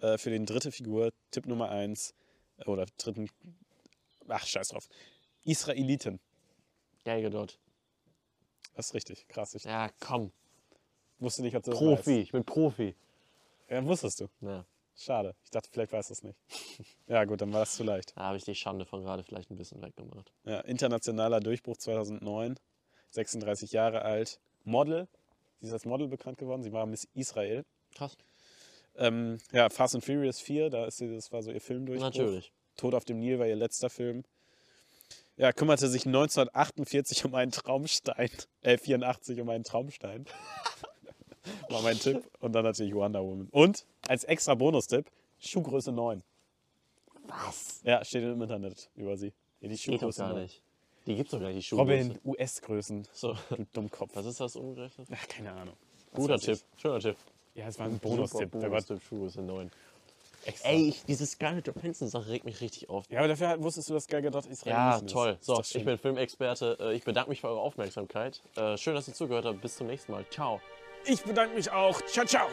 S2: Äh, für den dritte Figur, Tipp Nummer eins äh, oder dritten, ach scheiß drauf, Israeliten.
S1: Geige dort.
S2: Das ist richtig, krass. Ich
S1: Ja, komm.
S2: wusste nicht, ob du das
S1: Profi,
S2: Weißt.
S1: ich bin Profi.
S2: Ja, wusstest du.
S1: Ja,
S2: Schade. Ich dachte, vielleicht weißt du es nicht. ja gut, dann war es zu leicht.
S1: da habe ich die Schande von gerade vielleicht ein bisschen weggemacht.
S2: Ja, internationaler Durchbruch 2009, 36 Jahre alt, Model. Sie ist als Model bekannt geworden, sie war Miss Israel.
S1: Krass.
S2: Ähm, ja, Fast and Furious 4, da ist sie, das war so ihr Filmdurchbruch.
S1: Natürlich.
S2: Tod auf dem Nil war ihr letzter Film. Ja, kümmerte sich 1948 um einen Traumstein, äh, 84 um einen Traumstein. war mein Tipp. Und dann natürlich Wonder Woman. Und als extra Bonustipp, Schuhgröße 9.
S1: Was?
S2: Ja, steht im Internet über sie. Ja, die
S1: Geht doch
S2: Schuhgröße
S1: gar
S2: 9.
S1: nicht. Die gibt's doch gar nicht, die Schuhe.
S2: Robin, US-Größen.
S1: So.
S2: Du Dummkopf.
S1: Was ist das umgerechnet?
S2: Ach, keine Ahnung. Was
S1: Guter
S2: weiß ich.
S1: Tipp, schöner Tipp.
S2: Ja, es war ein
S1: Super
S2: Bonustipp. Der war
S1: Bonustipp, Schuhe sind neun.
S2: extra.
S1: Ey, ich, diese Scarlett Johansson-Sache regt mich richtig auf.
S2: Ja, aber dafür halt wusstest du, dass Gal Gadot Israel
S1: Ja,
S2: ist.
S1: toll.
S2: Ist
S1: So,
S2: doch schön.
S1: ich bin Filmexperte. Äh, Ich bedanke mich für eure Aufmerksamkeit. Äh, Schön, dass ihr zugehört habt. Bis zum nächsten Mal. Ciao.
S2: ich bedanke mich auch. Ciao, ciao.